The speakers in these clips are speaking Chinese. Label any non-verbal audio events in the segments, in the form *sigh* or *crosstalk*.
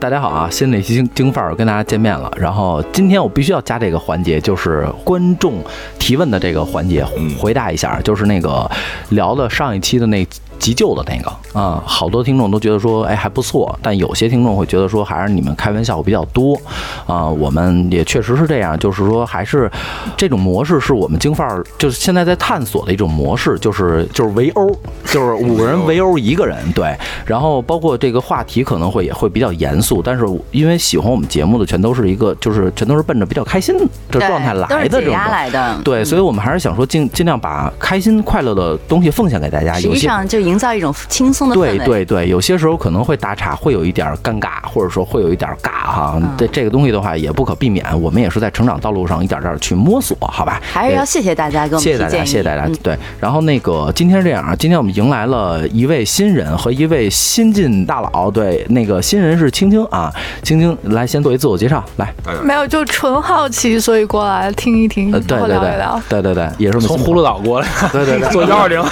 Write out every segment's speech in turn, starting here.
大家好啊，心理京京范儿跟大家见面了。然后今天我必须要加这个环节，就是观众提问的这个环节，回答一下，就是那个聊的上一期的那急救的那个啊、好多听众都觉得说，哎还不错，但有些听众会觉得说，还是你们开玩笑比较多啊、我们也确实是这样，就是说还是这种模式是我们京范儿就是现在在探索的一种模式，就是就是围殴，就是五个人围殴一个人，对。然后包括这个话题可能会也会比较严肃，但是因为喜欢我们节目的全都是一个就是全都是奔着比较开心的对状态来都的是这解种。压来的。对，所以，我们还是想说尽尽量把开心快乐的东西奉献给大家。啊实有际些上就营造一种轻松的氛对围。对对，有些时候可能会打岔，会有一点儿尴尬，或者说会有一点儿尬哈。这、这个东西的话也不可避免，我们也是在成长道路上一点儿点儿去摸索，好吧？还是也要谢谢大家给我们谢提谢大家，建议。谢谢大家。嗯对，然后那个今天是这样啊，今天我们迎来了一位新人和一位新晋大佬。对，那个新人是青青啊，青青来先做一自我介绍，来，没有，就纯好奇，所以过来听一听，呃，然对后对嗯聊一对聊。，对对对，也是我们从新葫芦岛过来，对对对， *laughs* 坐幺二零，啊，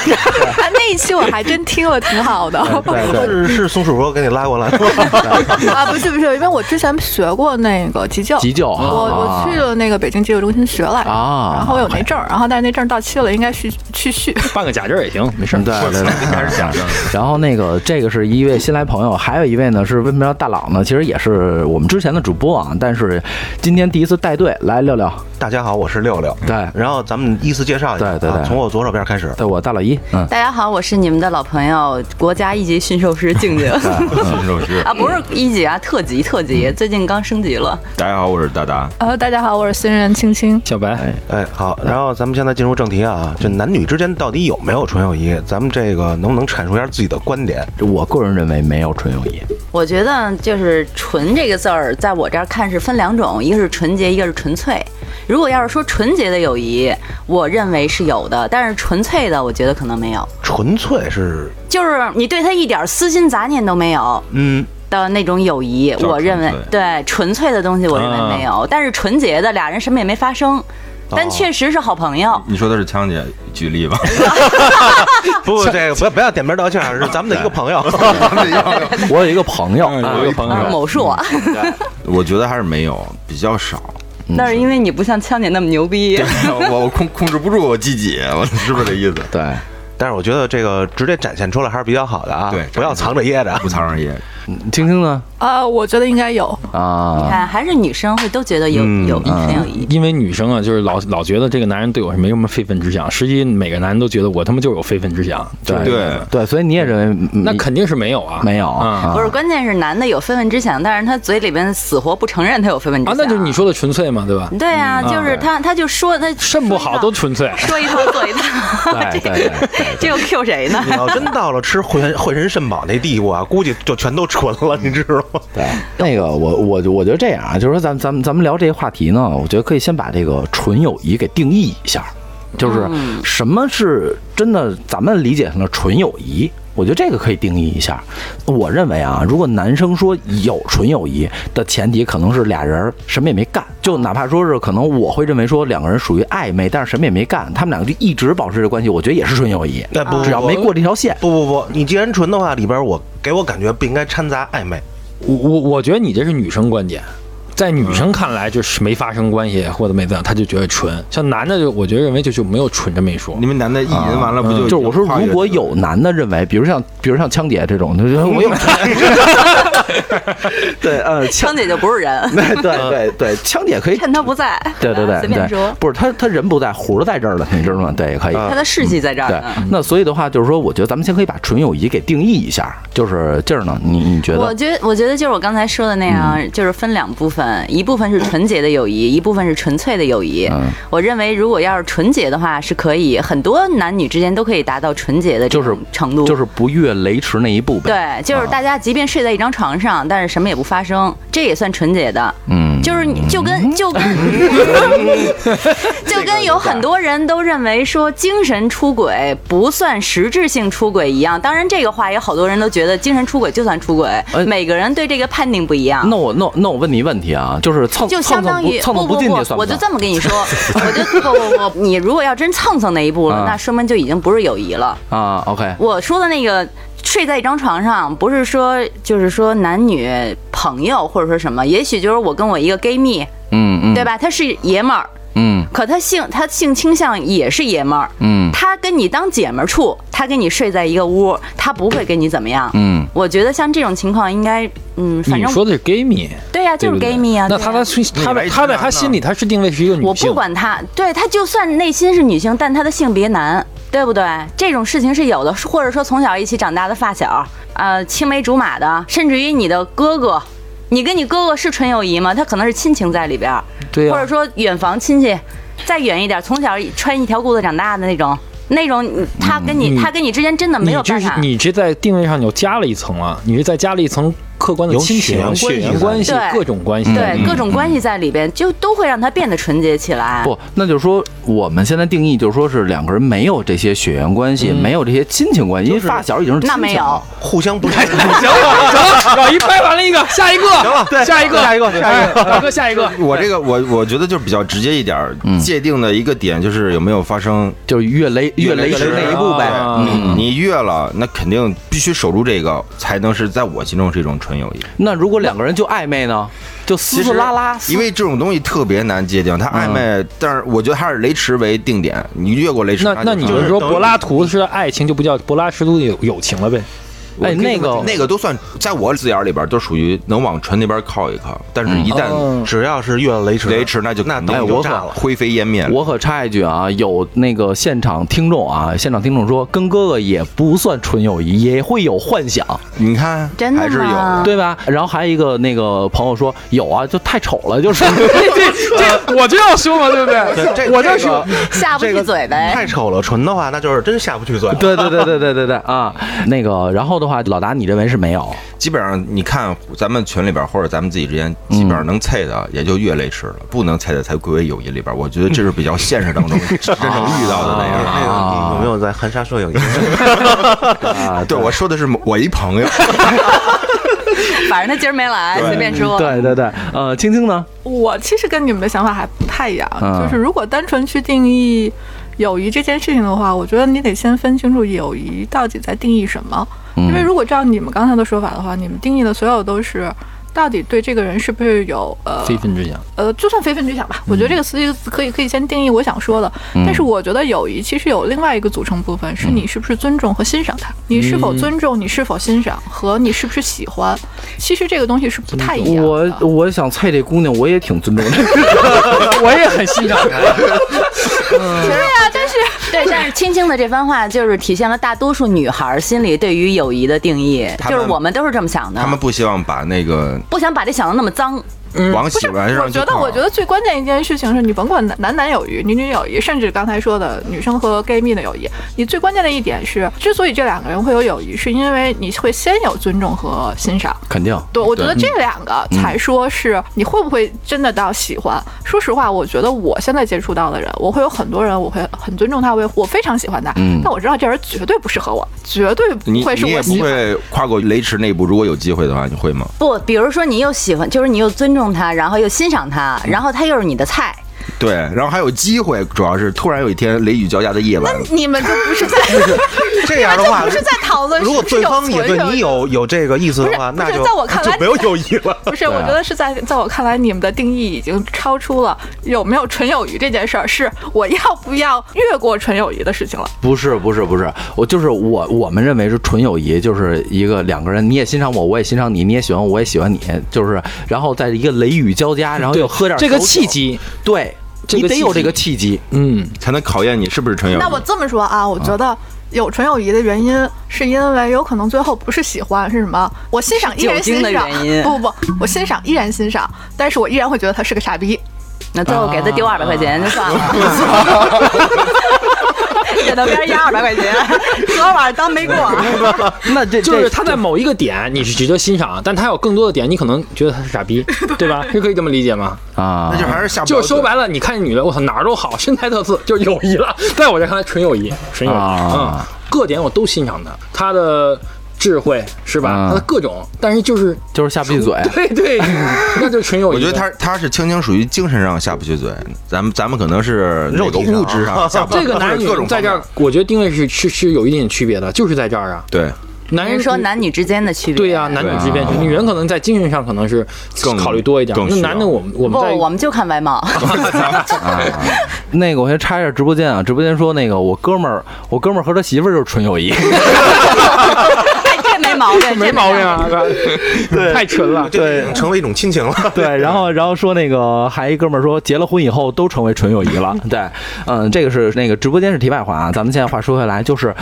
那一期我还真听了，挺好 *laughs* 的。对对是是松鼠哥给你拉过来， *laughs* *laughs* 啊，不是不是，因为我之前学过那个急救，急救啊我我去了那个北京急救中心学来着，啊然后有那证儿，然后但是那证儿到期了，应该续去 *laughs* 续。办个假证也行，没事儿。对对对，还是假的。然后那个这个是一位新来朋友，还有一位呢是温苗大佬呢，其实也是我们之前的主播啊，但是今天第一次带队来聊聊，大家好，我是六六。对然后咱们依次介绍一下，对对对啊从我左手边开始。对我大老一，嗯，大家好，我是你们的老朋友，国家一级驯兽师 *laughs* 静静。 *laughs* 新手师， *laughs* 啊，不是一级啊，特级特嗯级，最近刚升级了。大家好，我是达达。然呃后大家好，我是新人青青，小白，哎，好，然后咱们现在进入正题啊，这男女之间到底有没有纯友谊？咱们这个能不能阐述一下自己的观点？我个人认为没有纯友谊，我觉得就是“纯”这个字儿，在我这儿看是分两种，一个是纯洁，一个是纯粹。如果要是说纯洁的友谊，我认为是有的，但是纯粹的，我觉得可能没有，纯粹是，就是你对他一点私心杂念都没有嗯，的那种友谊，叫我认为纯粹对纯粹的东西，我认为没有。但是纯洁的，俩人什么也没发生，但确实是好朋友。你说的是枪姐，举例吧。不，这个不要不要点名道姓啊，是咱们的一个朋友。 *laughs* 我有一个朋友，嗯 *laughs* 啊有一朋啊，某硕， *laughs* 我觉得还是没有，比较少。 *laughs* 那是因为你不像枪姐那么牛逼。我我控控制不住我自己，我是不是这意思？ *laughs* 对，但是我觉得这个直接展现出来还是比较好的啊，对不要藏着掖 *laughs* 着。不藏着掖，青青呢啊，我觉得应该有，啊，看，还是女生会都觉得有嗯有谊很有谊。因为女生啊，就是老老觉得这个男人对我是没什么非分之想，实际每个男人都觉得我他妈就是有非分之想。就是对对，所以你也认为嗯那肯定是没有啊，没有啊啊不是，关键是男的有非分之想，但是他嘴里边死活不承认他有非分之啊想。，那就是你说的纯粹嘛，对吧？对啊，就是嗯他，他就说他肾不好都纯粹，说一套做一套，对对对对这又 Q 谁呢？你要真到了吃浑浑身肾宝那地步啊，估计就全都纯了，你知道吗？对，那个我我我觉得这样啊，就是说咱们咱们咱们聊这个话题呢，我觉得可以先把这个纯友谊给定义一下，就是什么是真的咱们理解上的纯友谊。我觉得这个可以定义一下。我认为啊，如果男生说有纯友谊的前提，可能是俩人什么也没干，就哪怕说是可能我会认为说两个人属于暧昧，但是什么也没干，他们两个就一直保持着关系，我觉得也是纯友谊，那不只要没过这条线。不不不，你既然纯的话，里边我给我感觉不应该掺杂暧昧。我我我觉得你这是女生观点，在女生看来就是没发生关系或者没怎样，她就觉得纯。像男的就我觉得认为就就没有纯这么一说你。们男的意淫完了不就嗯就是我说，如果有男的认为，比如像比如像枪姐这种，就是我 *laughs* 有对呃，枪枪姐就不是 *laughs* 人，对对对对，枪姐 *laughs* 可以，趁他不在，对对对随便对说，，不是他他人不在，胡儿在这儿了，你知道吗？对，也可以。嗯他的事迹在这儿对呢。，那所以的话，就是说，我觉得咱们先可以把纯友谊给定义一下。就是劲儿呢，你你觉我得？嗯觉得，我觉得就是我刚才说的那样，就是分两部分，一部分是纯洁的友谊，一部分是纯粹的友谊。嗯我认为，如果要是纯洁的话，是可以很多男女之间都可以达到纯洁的这就是种程度，就是不越雷池那一步呗。对，就是大家即便睡在一张床上，但是什么也不发生，这也算纯洁的。嗯，就是你就跟 *laughs* 就跟就跟有很多人都认为说精神出轨不算实质性出轨一样，当然这个话也好多人都觉得精神出轨就算出轨呃，每个人对这个判定不一样。那我那我那我问你一问题啊，就是蹭就蹭相蹭当不于蹭不蹭不进去不，算我不就算？这么跟 *laughs* 你说，我就不不不，你如果要真蹭蹭那一步了啊，那说明就已经不是友谊了。啊，OK，我说的那个睡在一张床上，不是说就是说男女朋友或者说什么，也许就是我跟我一个 gay 蜜，嗯嗯，对吧？他是爷们儿，嗯可他性他性倾向也是爷们儿，嗯他跟你当姐们儿处，他跟你睡在一个屋，他不会跟你怎么样。嗯，我觉得像这种情况应该，嗯，反你正说的是 gay 蜜，对呀、对就是不对 gay 蜜啊。那对他啊在他在他在他心里，他是定位是一个女性。我不管他，对他就算内心是女性，但他的性别男，对不对？这种事情是有的，或者说从小一起长大的发小，呃，青梅竹马的，甚至于你的哥哥，你跟你哥哥是纯友谊吗？他可能是亲情在里边儿，对呀或者说远房亲戚，再远一点，从小穿一条裤子长大的那种，那种他跟你、嗯他跟你之间真的没你有这办是法。你这在定位上你又加了一层了，你是再加了一层客观的有亲血情缘、关系血缘嗯关系在里、面各种关系。对、各种关系在里边，就都会让他变得纯洁起来。不，那就是说我们现在定义就是说是两个人没有这些血缘关系，没有这些亲情关系，因为发小已经是亲那情没有了。，互相不认识。老一掰完了一个，下一个，行了对 *laughs* 下一个，下一个下一个 *laughs* 哎大哥，下一个。我这个我我觉得就是比较直接一点儿嗯界定的一个点就是有没有发生就是越雷越雷池那一步呗。啊嗯，你越了，那肯定必须守住这个，才能是在我心中是一种纯友谊。那如果两个人就暧昧呢，就撕其实撕拉哎拉，因为这种东西特别难界定，它暧昧，但是我觉得还是雷池为定点，你越过雷池，那它就那你成就了是说柏拉图式的爱情就不叫柏拉图式的友友情了呗？我哎可以那这么个说那个都算在我字眼儿里边儿都属于能往纯那边儿靠一靠，但是一旦哦只要是越了雷池，雷池那就那可等哎于能我可就炸了。灰飞烟灭了。我可插一句啊，有那个现场听众啊，现场听众说跟哥哥也不算纯友谊，也会有幻想，你看，真的还是有吗的。对吧？然后还有一个那个朋友说有啊，就太丑了， *laughs* 就是这我就要说嘛，对不这对？这我就这个，说下不这去个嘴呗。太丑了，纯的话那就是真下不去嘴。 *laughs* 对对对对对对对啊，那个然后的话，老达你认为是没有？基本上你看咱们群里边儿或者咱们自己之间，基本上能菜的也就越雷池了，不能菜的才归为友谊里边儿。我觉得这是比较现实当中真正遇到的那那样。个你有没有在含沙射影？ *laughs* 啊，对，我说的是我一朋友，反正他今儿没来，随便说。对对对，呃，青青呢？我其实跟你们的想法还不太一样，嗯就是如果单纯去定义友谊这件事情的话，我觉得你得先分清楚友谊到底在定义什么。嗯嗯因为如果照你们刚才的说法的话，你们定义的所有都是到底对这个人是不是有呃非分之想，呃，就算非分之想吧，我觉得这个词这个词可以可以先定义我想说的。但是我觉得友谊其实有另外一个组成部分，是你是不是尊重和欣赏他，你是否尊重，你是否欣赏和你是不是喜欢，其实这个东西是不太一嗯样的。我我想菜这姑娘，我也挺尊重 *laughs* 的。 *laughs* 我也很欣赏他。对，但是青青的这番话就是体现了大多数女孩心里对于友谊的定义，她就们是我们都是这么想的他，们不希望把那个不想把这想的那么脏。往嗯不喜是，欢上我去觉得，靠我觉得最关键一件事情是你甭管男男男友谊、女女友谊，甚至刚才说的女生和 gay 蜜的友谊，你最关键的一点是，之所以这两个人会有友谊，是因为你会先有尊重和欣赏。肯定，对，我觉得这两个才说是你会不会真的到喜欢。说实话，我觉得我现在接触到的人，我会有很多人，我会很尊重他，我也我非常喜欢他。嗯但我知道这人绝对不适合我，绝对不你会是你也我不喜欢。会跨过雷池那一步，如果有机会的话，你会吗？不，比如说你又喜欢，就是你又尊重他，然后又欣赏他，然后他又是你的菜，对，然后还有机会，主要是突然有一天雷雨交加的夜晚，你们就不是在，这样的话哎这 *laughs* 不是在讨论如果是不是对有方也存对有你有有这个意思的话，不是那不是就在我看来就没有友谊了。不是，我觉得是在在我看来，你们的定义已经超出了有没有纯友谊这件事儿，是我要不要越过纯友谊的事情了。不是不是不是，我就是我，我们认为是纯友谊，就是一个两个人，你也欣赏我，我也欣赏你，你也喜欢我，我也喜欢你，就是然后在一个雷雨交加，然后又喝点这个小酒契，机，对这个你得有契机这个契机，嗯，才能考验你是不是纯友谊那。我这么说啊，我觉得有纯友谊的原因，是因为有可能最后不是喜欢，是什么？我欣赏依然欣是酒赏精的原因，不不不，我欣赏依然欣赏，但是我依然会觉得他是个傻逼。 *laughs* 那最后给他丢二百块钱就算了。 *laughs* 给他边压二百块钱， *laughs* 昨晚上当没过。那这就是这他在某一个点你是值得欣赏，但他有更多的点你可能觉得他是 *laughs* 傻逼，对吧？是可以这么理解吗？啊那 *laughs* 就，还是下不就了是说白了，你看这女的，我操哪儿都好，身材特次，就是友谊了。在我这看来，纯友谊，纯友谊，啊嗯，各点我都欣赏她，她的智慧是嗯吧？她的各种，但是就是，就是下不去嘴，对对，那就是纯友哎谊。我觉得他他是青青属于精神上下不去嘴，咱们咱们可能是肉那个体上物 *laughs* 质上下不去这个男或者女各种在这方儿面，我觉得定位是是是有一点点区别的，就是在这儿啊。对，男您人说男女之间的区别？对呀、男女之间，对啊女人可能在精神上可能是更考虑多一点更，那需要男的我们我不，们在我们就看外 *laughs* 貌。那个我先插一下直播间啊，直播间说那个我哥们儿，我哥们儿和他媳妇儿就是纯友 *laughs* 谊，哎，这没毛病，这没毛病。啊， *laughs* 对，太纯了。这已经成为一种亲情了。对，然后然后说那个还一哥们儿说结了婚以后都成为纯友谊了，对，嗯，这个是那个直播间是题外话啊，咱们现在话说回来，就是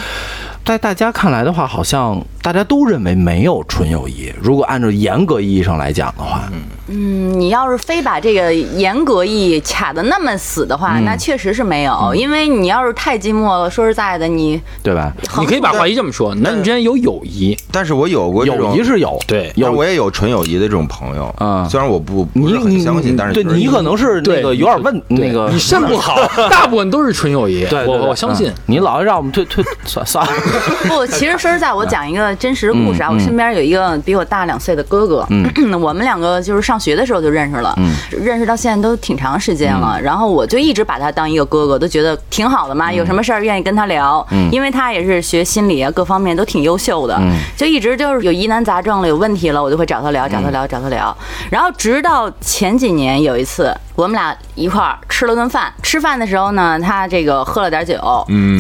在大家看来的话，好像大家都认为没有纯友谊，如果按照严格意义上来讲的话，嗯，你要是非把这个严格意义卡得那么死的话，那确实是没有，因为你要是太寂寞了，说实在的，你对吧？你可以把话题这么说，男女之间有友谊，但是我有过这友种谊是有，对但有我。也有纯友谊的这种朋友啊虽然我不不你是很你相信，但是对就是你可能是那对个有点问那个，你肾不好， *laughs* 大部分都是纯友谊。对，对我对我相信嗯。你老是让我们退退算算了， *laughs* 不，其实说实在，我讲一个真实的故事啊。我身边有一个比我大两岁的哥哥， *clears throat* 我们两个就是上学的时候就认识了，认识到现在都挺长时间了。然后我就一直把他当一个哥哥，都觉得挺好的嘛，有什么事儿愿意跟他聊，因为他也是学心理啊，各方面都挺优秀的，就一直就是有疑难杂症了，有问题了，我就会找他聊，找他聊，找他聊。然后直到前几年有一次，我们俩一块儿吃了顿饭，吃饭的时候呢，他这个喝了点酒，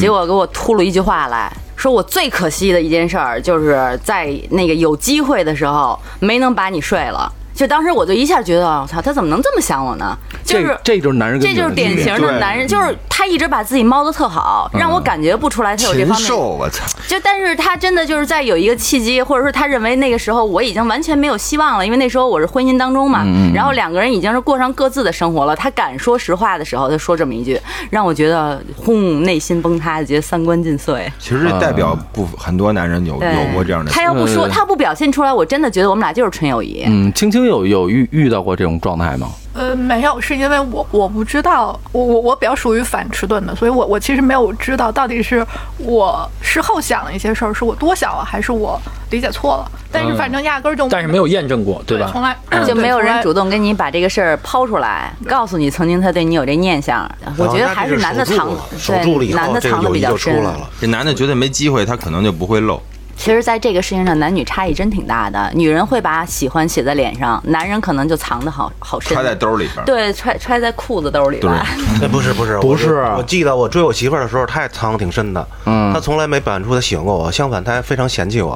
结果给我吐了一句话来。说我最可惜的一件事儿，就是在那个有机会的时候没能把你睡了。就当时我就一下觉得，我操，他怎么能这么想我呢？就是这这就是男人跟这就是女人的典区别型的男人，就是他一直把自己猫得特好，让嗯我感觉不出来他有这禽方面。兽，我操！就但是他真的就是在有一个契机，或者说他认为那个时候我已经完全没有希望了，因为那时候我是婚姻当嗯中嘛，然后两个人已经是过上各自的生活了。他敢说实话的时候，他说这么一句，让我觉得轰，内心崩塌，觉得三观尽碎。其实代表不很多男人有对有过这样的他要不说，嗯他不表现出来，我真的觉得我们俩就是纯友谊。嗯，青青有有遇遇到过这种状态吗？呃，没有，是因为我我不知道，我我我比较属于反迟钝的，所以我我其实没有知道到底是我事后想了一些事儿，是我多想了，还是我理解错了。但是反正压根儿就、但是没有验证过，对吧从？来就嗯没有人主动。动跟你把这个事儿抛出来，告诉你曾经他对你有这念想。我觉得还是男的藏，守住了对以男后，的这个藏的友比谊较就出深。来了。这男的觉得没机会，他可能就不会露。其实，在这个事情上，男女差异真挺大的。女人会把喜欢写在脸上，男人可能就藏得好好深，揣在兜里边儿对，揣揣在裤子兜里吧。哎，不是不是不是我我记得我追我媳妇儿的时候，她也藏得挺深的。嗯，她从来没表现出她喜欢过我，相反她还非常嫌弃我。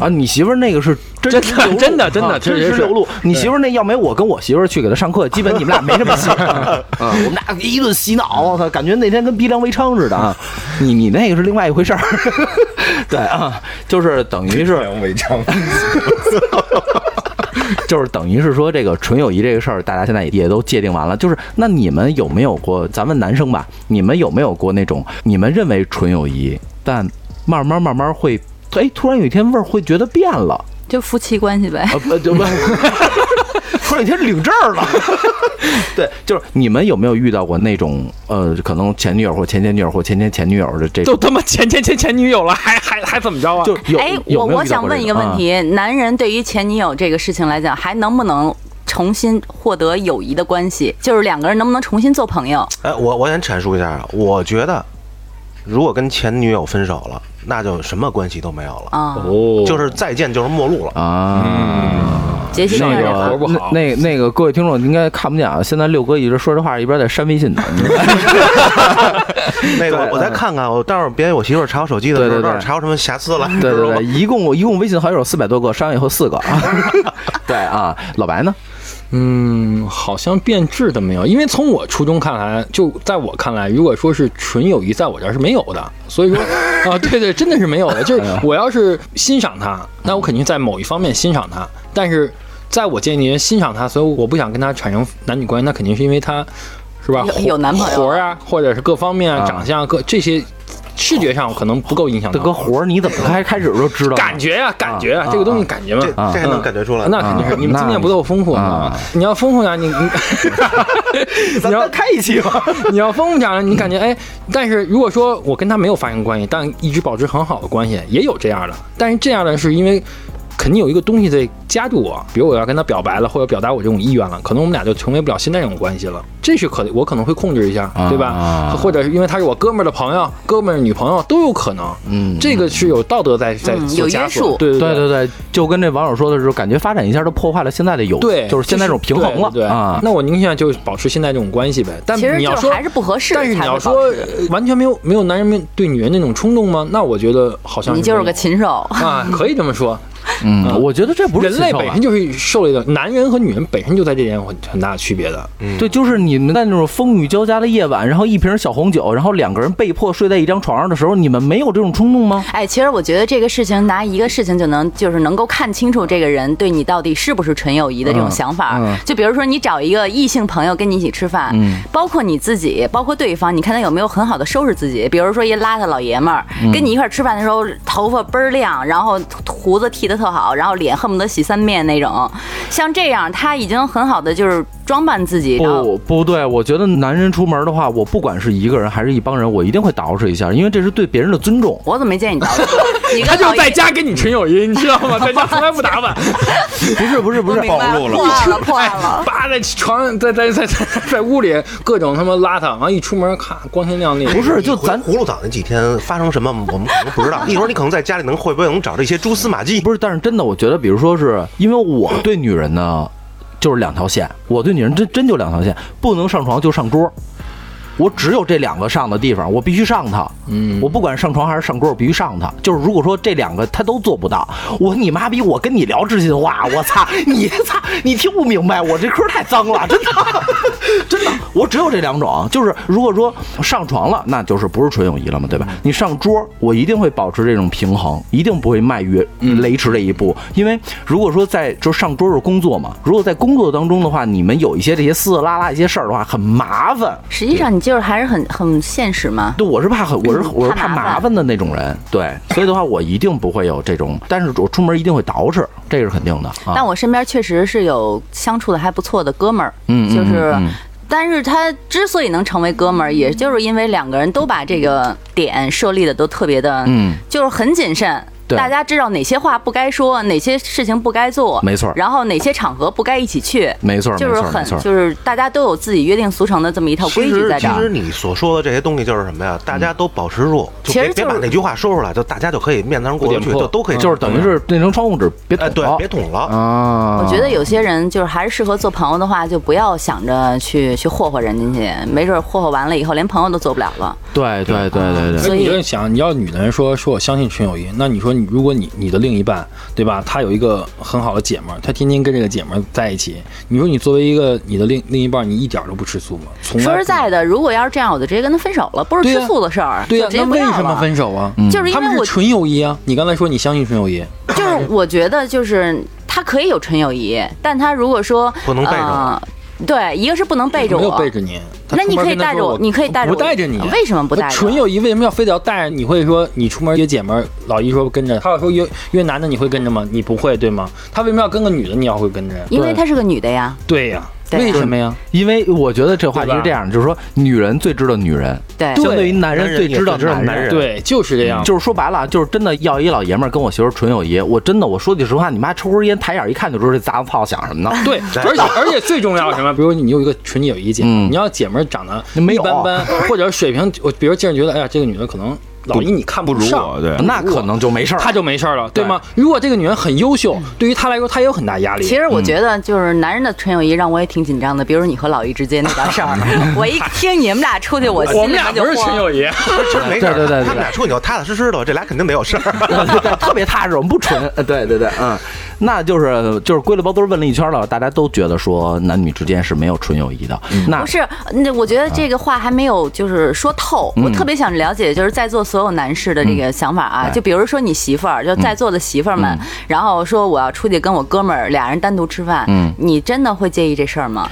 啊，你媳妇儿那个是真真的流露真的真的啊确真实实是流露。你媳妇儿那要没我跟我媳妇儿去给她上课，基本你们俩没什么 *laughs* 戏。啊，我们俩一顿洗脑，我操，感觉那天跟逼良为娼似的啊。你你那个是另外一回事儿， *laughs* 对啊，就是等于是违章，就是等于是说这个纯友谊这个事儿，大家现在也都界定完了。就是那你们有没有过？咱问男生吧，你们有没有过那种你们认为纯友谊，但慢慢慢慢会，哎，突然有一天味儿会觉得变了。 *laughs* 就夫妻关系呗。啊不就不， *laughs* 突然间领证儿了。 *laughs* 对，就是你们有没有遇到过那种呃，可能前女友或前前女友或前前前女友的这都种？他妈前前前前女友了，还还还怎么着啊？就有哎，有我没有遇到我想过问这一个种啊问，题：男人对于前女友这个事情来讲，还能不能重新获得友谊的关系？就是两个人能不能重新做朋友？哎，我我先阐述一下，啊我觉得如果跟前女友分手了，那就什么关系都没有了，啊，哦就是再见就是陌路了。啊啊。杰西那这个样活不好那那那个各位听众应该看不见啊，现在六哥一直说这话，一边在删微 *laughs* 信呢。对那个嗯我我再看看，我待会儿别我媳妇儿查我手机的时对对对候，到时候查出什么瑕疵来，对对知道对，吗？一共一共微信好友四百多个，删完以后四个。 *laughs* 对啊，老白呢？嗯，好像变质的没有，因为从我初中看来，就在我看来，如果说是纯友谊，在我这儿是没有的。所以说啊，对对，真的是没有的。就是我要是欣赏他，那我肯定在某一方面欣赏他，但是在我建议欣赏他，所以我不想跟他产生男女关系，那肯定是因为他是吧？有活有男朋友活儿啊，或者是各方面啊，啊长相各这些视觉上可能不够影响大到哥，我。活儿你怎么开开始就知道呢？感觉呀、感觉呀、啊这个东啊西感觉嘛。这这还嗯能感觉出来？那肯定是，你们啊经验不够丰富啊啊！你要丰富点，*laughs* 你你你 *laughs* 要开一期吧。你要丰富点，你感觉哎，但是如果说我跟他没有发生关系，但一直保持很好的关系，也有这样的，但是这样的是因为肯定有一个东西在夹住我，比如我要跟他表白了，或者表达我这种意愿了，可能我们俩就成为不了现在这种关系了。这是可我可能会控制一下，对吧？啊或者是因为他是我哥们儿的朋友、哥们儿的女朋友都有可能。嗯 *laughs* 这个是有道德在在嗯所有枷约锁束的对对对对对，就跟这网友说的时候，感觉发展一下都破坏了现在的友，对，就是现在这种平衡了对对对啊。那我宁愿就保持现在这种关系呗。但其实你要就是说还是不合适但是你才要会说保持。呃完全没有没有男人们对女人那种冲动吗？那我觉得好像你就是个没禽兽，*laughs* 有啊，可以这么说。嗯，我觉得这不是啊人类禽兽本吧身就是受了一种，男人和女人本身就在这点有很很大的区别嗯的。对，就是你们在那种风雨交加的夜晚，然后一瓶小红酒，然后两个人被迫睡在一张床上的时候，你们没有这种冲动吗？哎，其实我觉得这个事情拿一个事情就能，就是能够看清楚这个人对你到底是不是纯友谊的这种嗯想法儿。嗯就比如说你找一个异性朋友跟你一起吃饭，嗯包括你自己，包括对方，你看他有没有很好的收拾自己。比如说一邋遢老爷们儿、跟你一块儿吃饭的时候，头发倍儿亮，然后胡子剃得特好，然后脸恨不得洗三遍那种，像这样他已经很好的就是装扮自己，然后不不对，我觉得男人出门的话，我不管是一个人还是一帮人，我一定会捯饬一下，因为这是对别人的尊重。我怎么没见你捯饬？你他跟就老是在爷家跟你纯友谊，你知道吗？在家从来不打扮，不是不是不是，明白暴露了破案了，破案了。扒在床上，在在在在在屋里各种他妈邋遢，完了一出门咔光鲜亮丽。不是就咱葫芦岛那几天发生什么，我们可能不知道。一会儿你可能在家里能会不会能找到一些蛛丝马迹？不是，但是真的，我觉得，比如说是因为我对女人呢，就是两条线，我对女人真真就两条线，不能上床就上桌。我只有这两个上的地方，我必须上它。嗯我不管上床还是上桌，我必须上它。就是如果说这两个他都做不到，我你妈逼，我跟你聊这些话，我操，你操，你听不明白，我这嗑太脏了，真的，真的， *laughs* 我只有这两种。就是如果说上床了，那就是不是纯友谊了嘛，嗯对吧？你上桌，我一定会保持这种平衡，一定不会迈越雷池这一步，嗯因为如果说在就上桌是工作嘛，如果在工作当中的话，你们有一些这些撕撕拉拉一些事儿的话，很麻烦。实际上，你就是还是很很现实嘛。对，我是怕很，我是我是嗯怕怕麻麻烦烦的那种人， *laughs* 对，所以的话，我一定不会有这种，但是我出门一定会捯饬，这是肯定的啊。但我身边确实是有相处的还不错的哥们儿，嗯嗯就是嗯嗯，嗯但是他之所以能成为哥们儿，也就是因为两个人都把这个点设立的都特别的，嗯，就是很谨慎。对大家知道哪些话不该说，哪些事情不该做，没错儿然后哪些场合不该一起去，没错儿，就没是很错儿，没错儿。就是大家都有自己约定俗成的这么一套规其矩实在这其实儿。你所说的这些东西就是什么呀？大家都保持住，其就别实别就是把那句话说出来，就大家就可以面子上过得去，不点破就都可以就是嗯等于是那层窗户纸别捅哎，了，对，别捅了。啊。我觉得有些人就是还是适合做朋友的话，就不要想着去去霍霍人家去，没准儿霍霍完了以后连朋友都做不了了。对对对对对所所以以你就想，你要女的人说说我相信纯友谊，那你说你如果你你的另一半对吧，她有一个很好的姐们儿，她天天跟这个姐们儿在一起，你说你作为一个你的另另一半，你一点儿都不吃醋吗？从来说不实在的，如果要是这样，我就直接跟他分手了，不是对呀吃醋的事儿，对呀、就直那接不为要什么了分手啊？就是因他们为是我纯友谊啊！你刚才说你相信纯友谊，就是我觉得就是他可以有纯友谊，但他如果说不能背着呃对，一个是不能背着没有我，背着你。他那你出门可以跟他带着说我我你可以带着不我带着你？为什么不带着纯友谊为什么要非得要带着？你会说你出门约姐们儿，老一说跟着，他要说约约男的，你会跟着吗？你不会对吗？他为什么要跟个女的？你要会跟着呀？因为她是个女的呀，对呀、对啊为什么呀？因为我觉得这话题是这样的，就是说女人最知道女人，对相对于男人最知道男人也最知道男男人对，就是这样。就是说白了，就是真的要一老爷们儿跟我媳妇儿纯友谊，我真的我说句实话，你妈抽根烟抬眼一看就知道这杂子操想什么呢。对，而且而且最重要是 *laughs* 什么？比如你有一个纯友谊姐，嗯你要姐们儿长得没一有般 *laughs* 般，或者水平，我比如竟然觉得，哎呀，这个女的可能老一你 *laughs* 看不如上我，对，那可能就没事儿了，她就没事儿了，对吗？如果这个女人很优秀，对于她来说，她也有很大压力。其实我觉得，就是男人的纯友谊让我也挺紧张的。比如你和老易之间那档事儿，我一听你们俩出去，我我心们里俩面就不是纯慌。友谊，其实没事儿，对对对对他们俩出去以后踏踏实实的，这俩肯定得有事儿。对对，特别踏实，我们不纯。呃 *laughs* 对对对，嗯，那就是就是归了包堆儿问了一圈了，大家都觉得说男女之间是没有纯友谊的。那不是，那我觉得这个话还没有就是说透。我特别想了解，就是在座所有男士的这个想法啊。哎就比如说你媳妇儿，就在座的媳妇儿们，然后说我要出去跟我哥们儿俩人单独吃饭，嗯你真的会介意这事儿吗？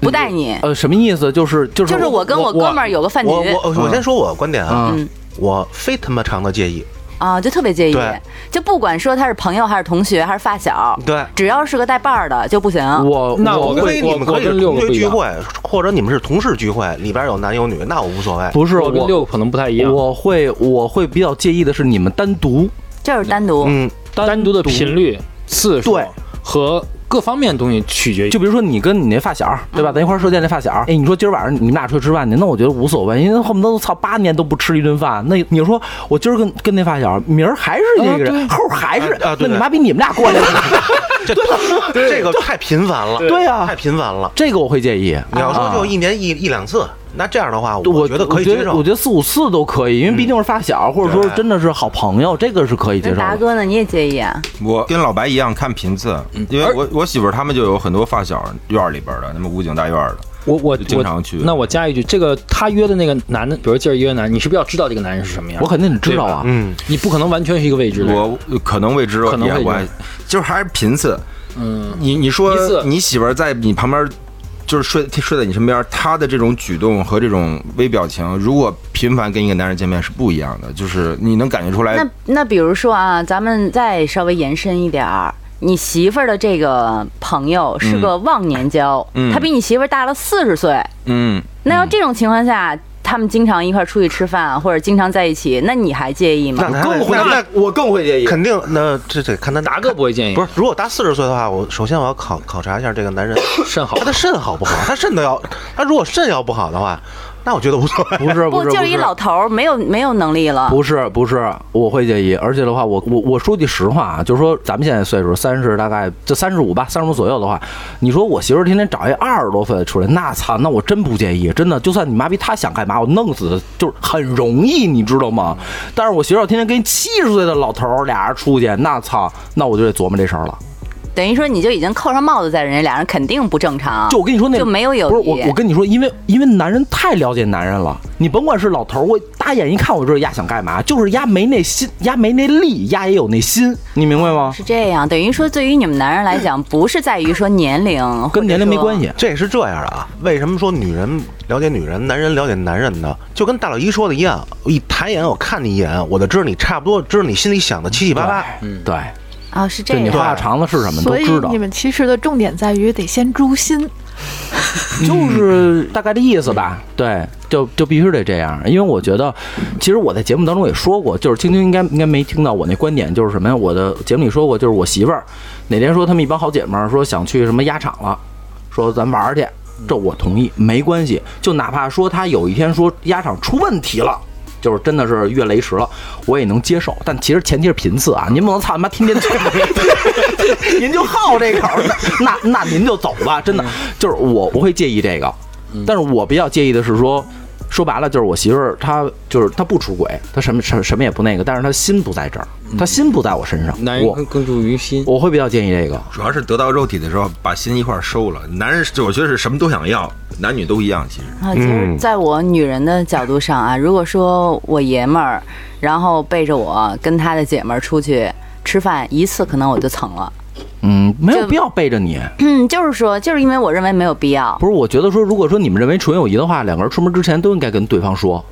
不带你，呃，什么意思？就是就是就是我跟我哥们儿有个饭局 *laughs* 我我我先说我观点啊嗯，我非他妈常的介意。啊，就特别介意对，就不管说他是朋友还是同学还是发小，对只要是个带伴儿的就不行。我那我嗯我跟非你我们可以我是跟六同个学不一聚样会，或者你们是同事聚会，里边有男有女，那我无所谓。不是我跟六个可能不太一样。我会我会比较介意的是你们单独就是单独，嗯，单单独的频率，次数对和各方面东西取决于。就比如说你跟你那发小，对嗯吧？咱一块儿射箭那发小，哎，你说今儿晚上你们俩出去吃饭去，那我觉得无所谓，因为恨不得都操八年都不吃一顿饭。那你说我今儿跟跟那发小，明儿还是那个人，后儿还是，啊啊对那你妈逼你们俩过来了。 *laughs* 这 *laughs* 这个太频繁了，对啊太频繁了。这个我会介意。你要说啊就一年一一两次，那这样的话，我觉得可以我接受嗯我觉。得四五次都可以，因为毕竟是发小，或者说真的是好朋友，这个是可以接那受达的。哥呢？你也介意啊？我跟老白一样看频次，因为我我媳妇儿他们就有很多发小院儿里边儿的，那么武警大院儿的，我我就经常去我那我加一句，这个他约的那个男的，比如今儿约男，你是不是要知道这个男人是什么样？我肯定得知道啊，嗯，你不可能完全是一个未知的人。我可能未知，可能也未知我还就是还是频次。嗯，你你说一次你媳妇儿在你旁边，就是睡睡在你身边，她的这种举动和这种微表情，如果频繁跟一个男人见面是不一样的，就是你能感觉出哎来那。那比如说啊，咱们再稍微延伸一点儿，你媳妇儿的这个朋友是个忘年交，嗯他比你媳妇儿大了四十岁。嗯，那要这种情况下，他们经常一块儿出去吃饭，或者经常在一起，那你还介意那吗？那更会那那我更会介意。肯定，那这得看他达哥不会建议，不是，如果大四十岁的话，我首先我要考考察一下这个男人肾好他的肾好不好？他肾都要，他如果肾要不好的话，那我觉得无所谓。 *laughs* 不是不，是，就是不一老头儿，没有没有能力了。不是不是，我会介意。而且的话，我我我说句实话啊，就是说咱们现在岁数三十，大概就三十五吧，三十五左右的话，你说我媳妇儿天天找一二十多岁的出来，那操，那我真不介意，真的。就算你妈逼她想干嘛，我弄死她就是很容易，你知道吗？但是我媳妇儿要天天跟七十岁的老头儿俩人出去，那操，那我就得琢磨这事儿了。等于说你就已经扣上帽子在人家，俩人肯定不正常。就我跟你说那就没有友谊。不是我我跟你说，因为因为男人太了解男人了，你甭管是老头儿，我大眼一看我就知道丫想干嘛，就是丫没那心，丫没那力，丫也有那心，你明白吗？是这样，等于说对于你们男人来讲，不是在于说年龄，或嗯跟者年龄没说关。系。这是这样的啊，为什么说女人了解女人，男人了解男人呢？就跟大老一说的一样，我一抬眼我看你一眼，我就知道你差不多，知道你心里想的七七八八。嗯，对，啊，是这就你样。话长了是什么都所以知道你，们其实的重点在于得先诛心，就是大概的意思吧。嗯对，就就必须得这样，因为我觉得，其实我在节目当中也说过，就是青青应该应该没听到我那观点，就是什么呀？我的节目里说过，就是我媳妇儿哪天说他们一帮好姐们儿说想去什么鸭场了，说咱玩儿去，嗯这我同意，没关系。就哪怕说他有一天说鸭场出问题了。就是真的是越雷池了，我也能接受，但其实前提是频次啊，您不能操他妈天天走， *laughs* 您就好这口儿，那那那您就走吧，真的，嗯就是我不会介意这个，但是我比较介意的是说，说白了就是我媳妇儿她就是她不出轨，她什么什什么也不那个，但是她心不在这儿，她心不在我身上，嗯男人我更更注重于心。我会比较建议这个，主要是得到肉体的时候，把心一块儿收了。男人，我觉得是什么都想要，男女都一样。其实，啊，嗯就是在我女人的角度上啊，如果说我爷们儿，然后背着我跟他的姐们儿出去吃饭一次，可能我就蹭了。嗯，没有就必要背着你，嗯，就是说，就是因为我认为没有必要。不是，我觉得说，如果说你们认为纯友谊的话，两个人出门之前都应该跟对方说。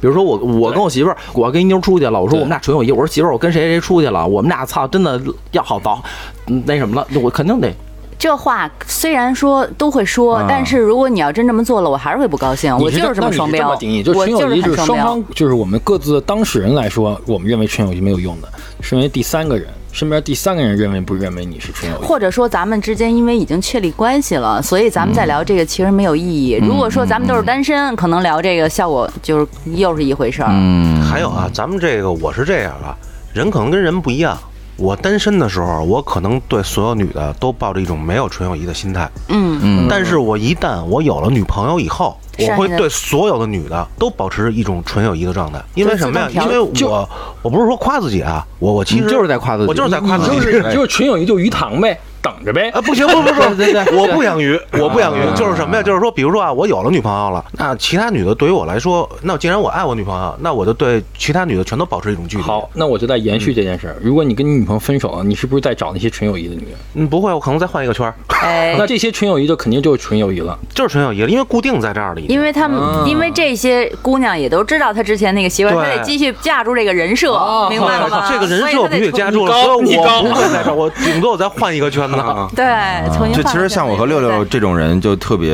比如说我，我跟我媳妇儿，我要跟一妞出去了，我说我们俩纯友谊，我说媳妇儿，我跟谁谁出去了，我们俩操，真的要好早，嗯那什么了，我肯定得这话虽然说都会说，啊但是如果你要真这么做了，我还是会不高兴。我你就是这么那你双标，么定义，就我纯就友谊是很是双双标。方，就是我们各自的当事人来说，我们认为纯友谊没有用的，是因为第三个人，身边第三个人认为不认为你是纯友谊。或者说咱们之间因为已经确立关系了，所以咱们再聊这个其实没有意义。如果说咱们都是单身，可能聊这个效果就是又是一回嗯事儿。还有啊，咱们这个我是这样啊，人可能跟人不一样。我单身的时候，我可能对所有女的都抱着一种没有纯友谊的心态，嗯，但是我一旦我有了女朋友以后，是啊我会你的对所有的女的都保持一种纯友谊的状态，因为什么呀？自动调因为我我不是说夸自己啊，我我其实你就是在夸自己我就是在夸自己，就是 *laughs* *laughs* 就是纯友谊就鱼塘呗，等着呗啊，。不行，不不不，我不养鱼，我不养鱼，啊就是什么呀？就是说，比如说啊，我有了女朋友了，那其他女的对于我来说，那既然我爱我女朋友，那我就对其他女的全都保持一种距离。 *laughs* 好，，那我就在延续这件事儿。如果你跟你女朋友分手了，你是不是在找那些纯友谊的女人？嗯，不会，我可能再换一个圈儿，哎那，这些纯友谊就肯定就是纯友谊了。就是纯友谊了，因为固定在这儿了已经。因为他们、啊因为这些姑娘也都知道她之前那个媳妇儿，对她得继续架住这个人设，明白了吗？哦这个人所以设她我必须得得加重住了，你所高以你我不高会在这儿，我顶多我再换一个 *laughs* 圈欢呢？对，重新就换其个角实像我度和六六对这种人就特别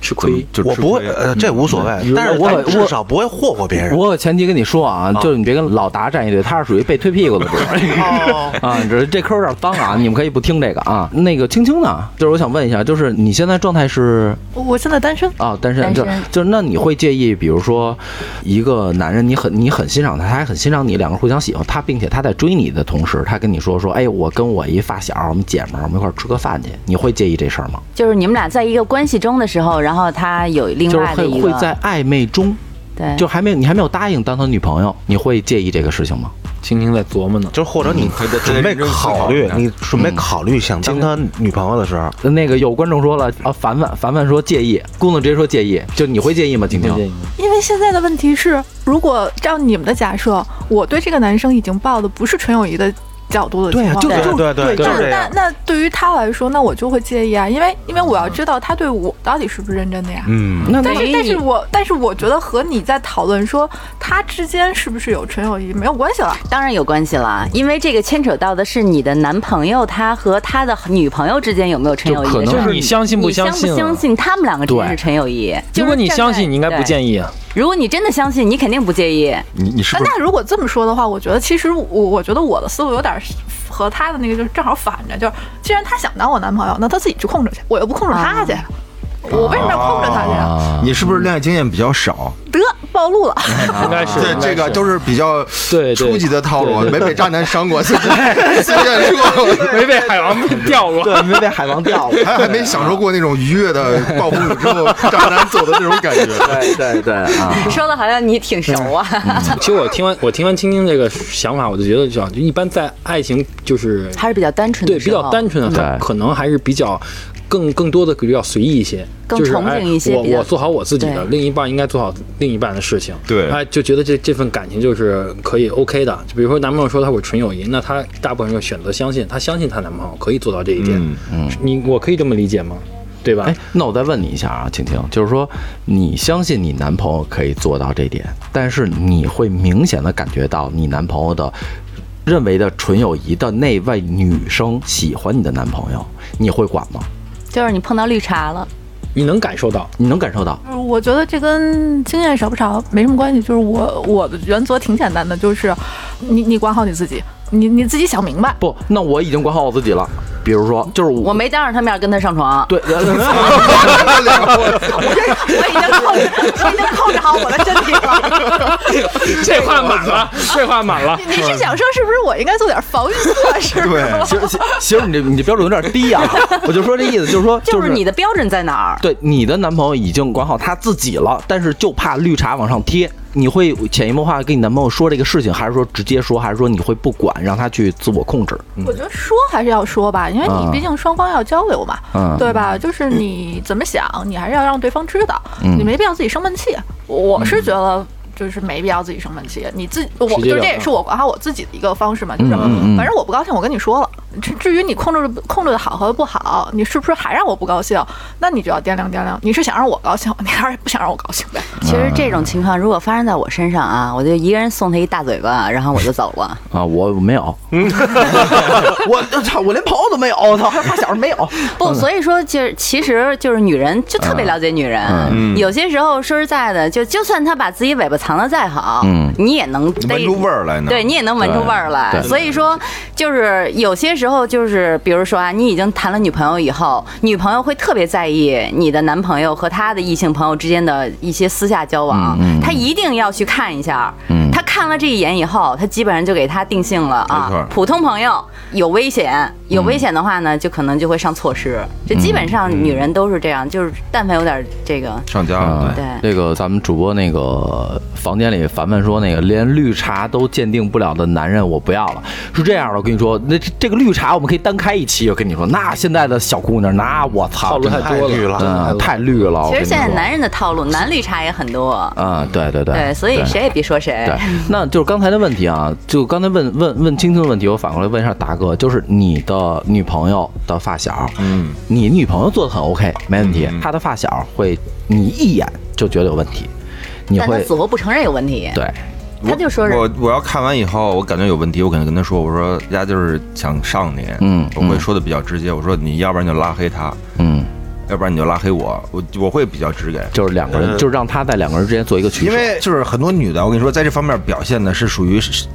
吃亏就我吃不会，亏呃，这无所谓，但是嗯我咱我至少不会霍霍别人。我有前提跟你说啊，就是你别跟老达站一队，他是属于被推屁股的主儿哦啊。这这坑有点脏啊，你们可以不听这个啊。那个青青呢，就是我想问一下，就是你现在状态是我现在单身，啊单身，单就身就是那你会介意，比如说一个男人，你很你很欣赏他，他也很欣赏你，两个人互相喜欢，他并且他在追你的同时，他跟你说说，哎，我跟我一发小，我们姐们儿，我们一块儿吃个饭去，你会介意这事儿吗？就是你们俩在一个关系中的时候，然后他有另就是外的会一会个，嗯在暧昧中，对，就还没有你还没有答应当他女朋友，你会介意这个事情吗？青青在琢磨呢。就是或者你嗯这准备这这考嗯虑这，这你准备考虑想当他女朋友的时候，那个有观众说了啊，凡凡凡凡说介意，姑娘直接说介意，就你会介意吗？婷婷，因为现在的问题是，如果照你们的假设，我对这个男生已经抱的不是纯友谊的角度的对情啊况，就对是对对，就那是这那样。那对于他来说，那我就会介意啊，因为因为我要知道他对我到底是不是认真的呀。嗯，那但那是，但是我但是我觉得和你在讨论说他之间是不是有纯友谊没有关系了。当然有关系了，因为这个牵扯到的是你的男朋友他和他的女朋友之间有没有纯友谊，就可能就是是你你相信你不相信啊？相信他们两个之间对是纯友谊？如果你相信，你应该不议。介意啊。如果你真的相信，你肯定不介意。你你是那不是那如果这么说的话，我觉得其实我我觉得我的思路有点和他的那个就是正好反着，就是既然他想当我男朋友，那他自己去控制去，我又不控制他去，我为什么要控制他去啊？啊，你是不是恋爱经验比较少？得暴露了，应该啊是这这个都是比较对对初级的套路，啊对没被渣男伤过，随便随便说， *laughs* 没被海王钓过。对，没被海王掉了。 *laughs* 还还没享受过那种愉悦的报复之后渣男走的那种感觉。对对对啊，说的好像你挺熟啊， *laughs* *laughs* 其实我听完我听完青青这个想法，我就觉得，就就一般在爱情就是还是比较哦单纯的对时比候，较单纯的，他对可能还是比较更更多的比较随意一些，更就是憧哎憬一些比较我我做好我自己的，对另一半应该做好另一半的事情。对哎，就觉得这这份感情就是可以 OK 的。就比如说男朋友说他我纯友谊，那他大部分人选择相信，他相信她男朋友可以做到这一点。嗯嗯，你我可以这么理解吗？对吧哎？，那我再问你一下啊，婷婷，就是说你相信你男朋友可以做到这点，但是你会明显的感觉到你男朋友的。认为的纯友谊的那位女生喜欢你的男朋友，你会管吗？就是你碰到绿茶了，你能感受到，你能感受到？嗯我觉得这跟经验少不少没什么关系，就是我我的原则挺简单的，就是你你管好你自己，你你自己想明白。不，那我已经管好我自己了。比如说，就是我我没当着他面跟他上床，对， *laughs* *laughs* 我已经控制，我已经控制哦好我的身体了。这话满了， *laughs* 这话满了。你是想说是不是我应该做点防御措施？对，其实其其实你这你这标准有点低啊，我就说这意思，就是说就是是你的标准在哪儿？对你的男朋友已经管好他自己了，但是就怕绿茶往上贴。你会潜移默化地跟你男朋友说这个事情，还是说直接说，还是说你会不管让他去自我控 *laughs* 制？我觉得说还是要说吧，因为嗯你毕竟双方要交流嘛，嗯对吧？就是你怎么想，你还是要让对方知道，嗯你没必要自己生闷气。我是觉得。就是没必要自己生闷气，你自己我直就截了是当这也是我管好我自己的一个方式嘛，就是嗯嗯嗯嗯反正我不高兴，我跟你说了。至至于你控制控制的好和不好，你是不是还让我不高兴？那你就要掂量掂量，你是想让我高兴， *laughs* 你还是不想让我高兴呗？嗯其实这种情况如果发生在我身上啊，我就一个人送他一大嘴巴，然后我就走了。啊，我没有， *laughs* 我操，我连朋友都没有，我操，还发小没有。不，所以说就是其实就是女人就特别了解女人，有些时候说实在的，就就算她把自己尾巴藏得再好，嗯你也能逮闻出味儿来呢？对你也能闻出味儿来对，对所以说就是有些时候就是，比如说啊，你已经谈了女朋友以后，女朋友会特别在意你的男朋友和他的异性朋友之间的一些私下交往，嗯嗯她一定要去看一下，嗯她看了这一眼以后，她基本上就给他定性了没错啊，普通朋友有危险，有嗯危险的话呢，就可能就会上措施，这基本上女人都是这样，就是但凡有点这个，上家了，啊对，， *laughs* 对这个咱们主播那个房间里，凡凡说那个连绿茶都鉴定不了的男人，我不要了。是这样的，我跟你说，那这这个绿茶我们可以单开一期。我跟你说，那现在的小姑娘，那我啊操，套路真太的太多绿了了，真的太嗯多了太绿了。我其跟实你现在说男人的套路，男绿茶也很多，啊，对对对，对，所以对谁也别说谁， *laughs* 对，那就是刚才的问题啊，就刚才问问问青青的问题，我反过来问一下达哥，就是你的女朋友的发小，嗯，你女朋友做的很 OK，没问题，嗯嗯她的发小会你一眼就觉得有问题，你但他会死活不承认有问题。对，他就说是我我要看完以后，我感觉有问题，我肯定跟他说，我说人家就是想上你，嗯我会说的比较直接，我说你要不然就拉黑他，嗯，要不然你就拉黑我，我我会比较直给。就是两个人，就是让他在两个人之间做一个取因舍。为就是很多女的，我跟你说，在这方面表现的是属于是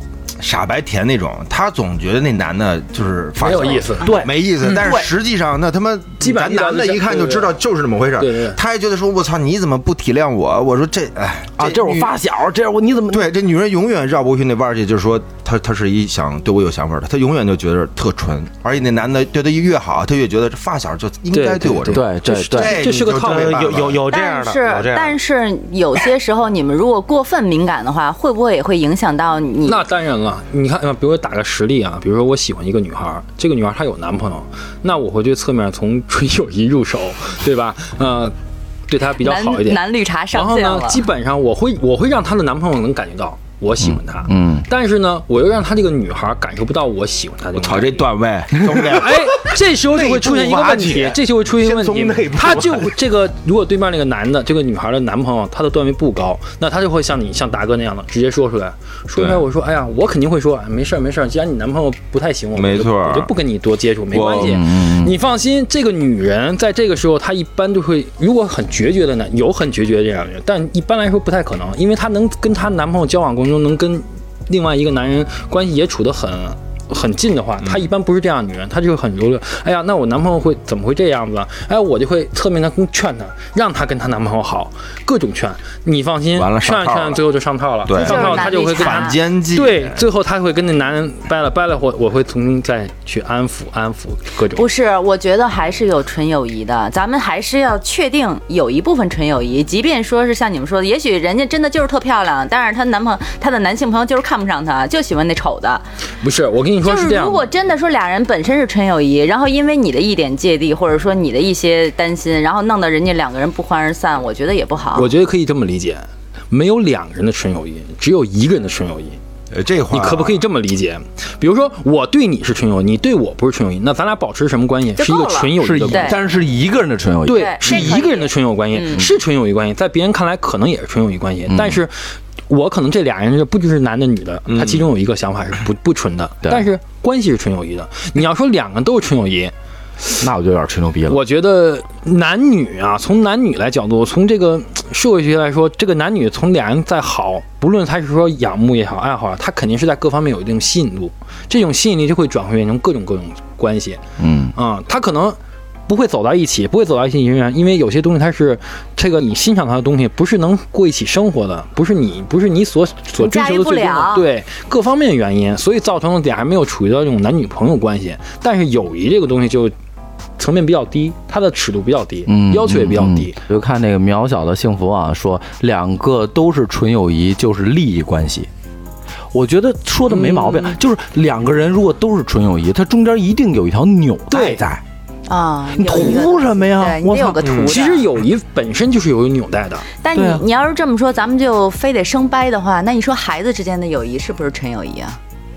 傻白甜那种，她总觉得那男的就是发没有小意思对没意思。但是对实际上，那他妈基本上咱男的遇到的是一看就知道就是那么回事儿。对对对他还觉得说：“我操，你怎么不体谅我？”我说：“这哎啊，这是我女发小，这是我你怎么对，这女人永远绕不回去那弯儿去，就是说她她是一想对我有想法的，她永远就觉得特纯，而且那男的对她越好，她越觉得这发小就应该对我这对么对对对，这这是个你就套路没呃办有法有有这样但的，是有这样的。但是有些时候，你们如果过分敏感的话，会不会也会影响到你？那当然了，你看，呃比如打个实例啊，比如说我喜欢一个女孩儿，这个女孩儿她有男朋友，那我会对侧面从纯友谊入手，对吧？呃，对她比较男好一点。男绿茶然上后线呢了，，基本上我会我会让她的男朋友能感觉到我喜欢她，嗯，但是呢，我又让她这个女孩儿感受不到我喜欢她。我操，这段 *laughs* 位受不了。哎，这时候就会出现一个内问部瓦题解，这就会出现一个问先从内题部，瓦解他就这个如果对面那个男的，这个女孩的男朋友，他的段位不高，那他就会像你像达哥那样的直接说出来，说出来对我说，哎呀，我肯定会说，哎没事儿没事儿，既然你男朋友不太喜欢我，没我就错儿我就不跟你多接触，没我嗯关系，你放心，这个女人在这个时候，她一般都会，如果很决绝的呢，有很决绝的这样的人，但一般来说不太可能，因为她能跟她男朋友交往过程中能跟另外一个男人关系也处得很。很近的话，她一般不是这样的女人，她就会很柔弱。哎呀，那我男朋友会怎么会这样子啊？哎，我就会侧面的劝她，让她跟她男朋友好，各种劝。你放心，完了上劝套劝，了最后就上套了。对上套了她就会跟她反反间计对，最后他会跟那男人掰了掰了，我我会从中再去安抚安抚各种。不是，我觉得还是有纯友谊的，咱们还是要确定有一部分纯友谊，即便说是像你们说的，也许人家真的就是特漂亮，但是她男朋友她的男性朋友就是看不上她，就喜欢那丑的。不是，我跟你说就是这样如果的，真的说俩人本身是纯友谊，然后因为你的一点芥蒂或者说你的一些担心，然后弄得人家两个人不欢而散，我觉得也不好。我觉得可以这么理解，没有两个人的纯友谊，只有一个人的纯友谊。呃这话你可不可以这么理解？比如说，我对你是纯友谊，你对我不是纯友谊，那咱俩保持什么关系？就是一够个了纯友是谊一的对关系。但是是一个人的纯友谊。对对，是这可一个以人的纯友谊关系，嗯是纯友谊关系，在别人看来可能也是纯友谊关系，但是我可能这俩人就不只是男的女嗯的，他其中有一个想法是不不 *laughs* 纯的，对但是关系是纯友谊的。你要说两个都是纯友谊，那我就有点吹牛逼了。我觉得男女啊，从男女来角度，从这个呃社会学来说，这个男女从俩人再好，不论他是说仰慕也好，爱好啊，他肯定是在各方面有一定吸引度，这种吸引力就会转换变成各种各种关系。嗯啊，他可能不会走到一起，不会走到一起，仍然因为有些东西它是这个你欣赏它的东西，不是能过一起生活的，不是你不是你所所追求你驾驭的最终不的了对各方面原因，所以造成了俩人没有处于到这种男女朋友关系，但是友谊这个东西就。层面比较低，它的尺度比较低，嗯，要求也比较低嗯。嗯就看那个渺小的幸福啊，说两个都是纯友谊，就是利益关系。我觉得说的没毛病，嗯就是两个人如果都是纯友谊，它中间一定有一条纽带对在。啊，你有一个图什么呀对，我你得有操个图的。其实友谊本身就是有纽带的，但你、对啊你要是这么说，咱们就非得生掰的话，那你说孩子之间的友谊是不是纯友谊啊？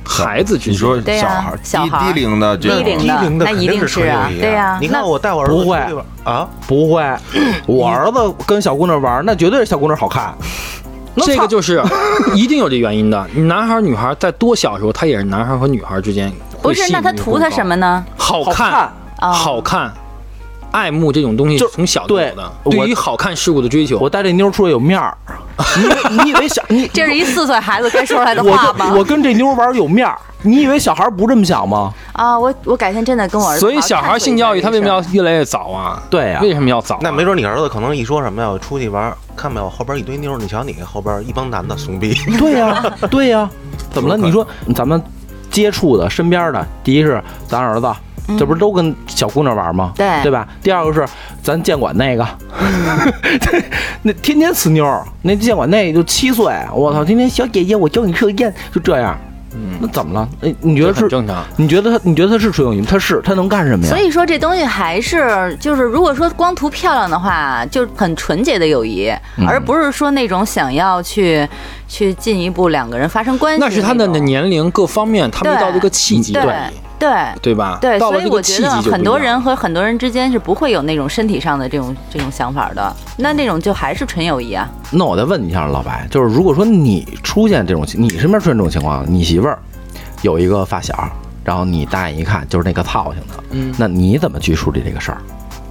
孩子之你间说对小呀孩儿小孩儿低低龄的这低龄的嗯低种龄的那肯一定定是纯友啊谊对呀你看那我带我儿子不会去地方啊，不会，我儿子跟小姑娘玩，那绝对是小姑娘好 *laughs* 看。这个就是一定有这原因的。男孩儿女孩儿在多小的时候，他也是男孩儿和女孩儿之间不会是吸，引那他力图更他高什么呢？好看看，哦好看，爱慕这种东西就从小就有的，对对于好看事物的追求。我带这妞出来有面儿，你你以为小你这是一四岁孩子该说出来的我话跟吗我？跟这妞玩有面儿，你以为小孩不这么想吗？啊，我我改天真的跟我儿子。所以小孩性教育他为什么要好好探索一下这个事儿？越来越早啊？对呀为什么要早啊？那没准你儿子可能一说什么呀，我出去玩儿，看没有，后边一堆妞儿，你瞧你后边一帮男的怂逼， *laughs* *laughs* 对呀、对呀、怎么了？有可能你说咱们接触的身边的，第一是咱儿子，嗯这不是都跟小姑娘玩吗？对嗯对吧？第二个是咱监管那个， *laughs* 那天天呲妞儿，那监管那就七岁，我操，天天小姐姐，我教你射箭，就这样。那怎么了？哎，你觉这得很是？正常。你觉得他？你觉得他是纯友谊吗？他是，他能干什么呀？所以说这东西还是就是，如果说光图漂亮的话，就是很纯洁的友谊，而不是说那种想要去去进一步两个人发生关系那种。是他的年龄各方面，他没对到这个契机对段里。对。对吧？对，到所了以这我个觉契机得就不一样很多人和很多人之间是不会有那种身体上的这种这种想法的，那那种就还是纯友谊啊。那我再问你一下，老白，就是如果说你出现这种情，你身边出现这种情况，你媳妇儿有一个发小，然后你大眼一看就是那个操性的，嗯那你怎么去处理这个事儿？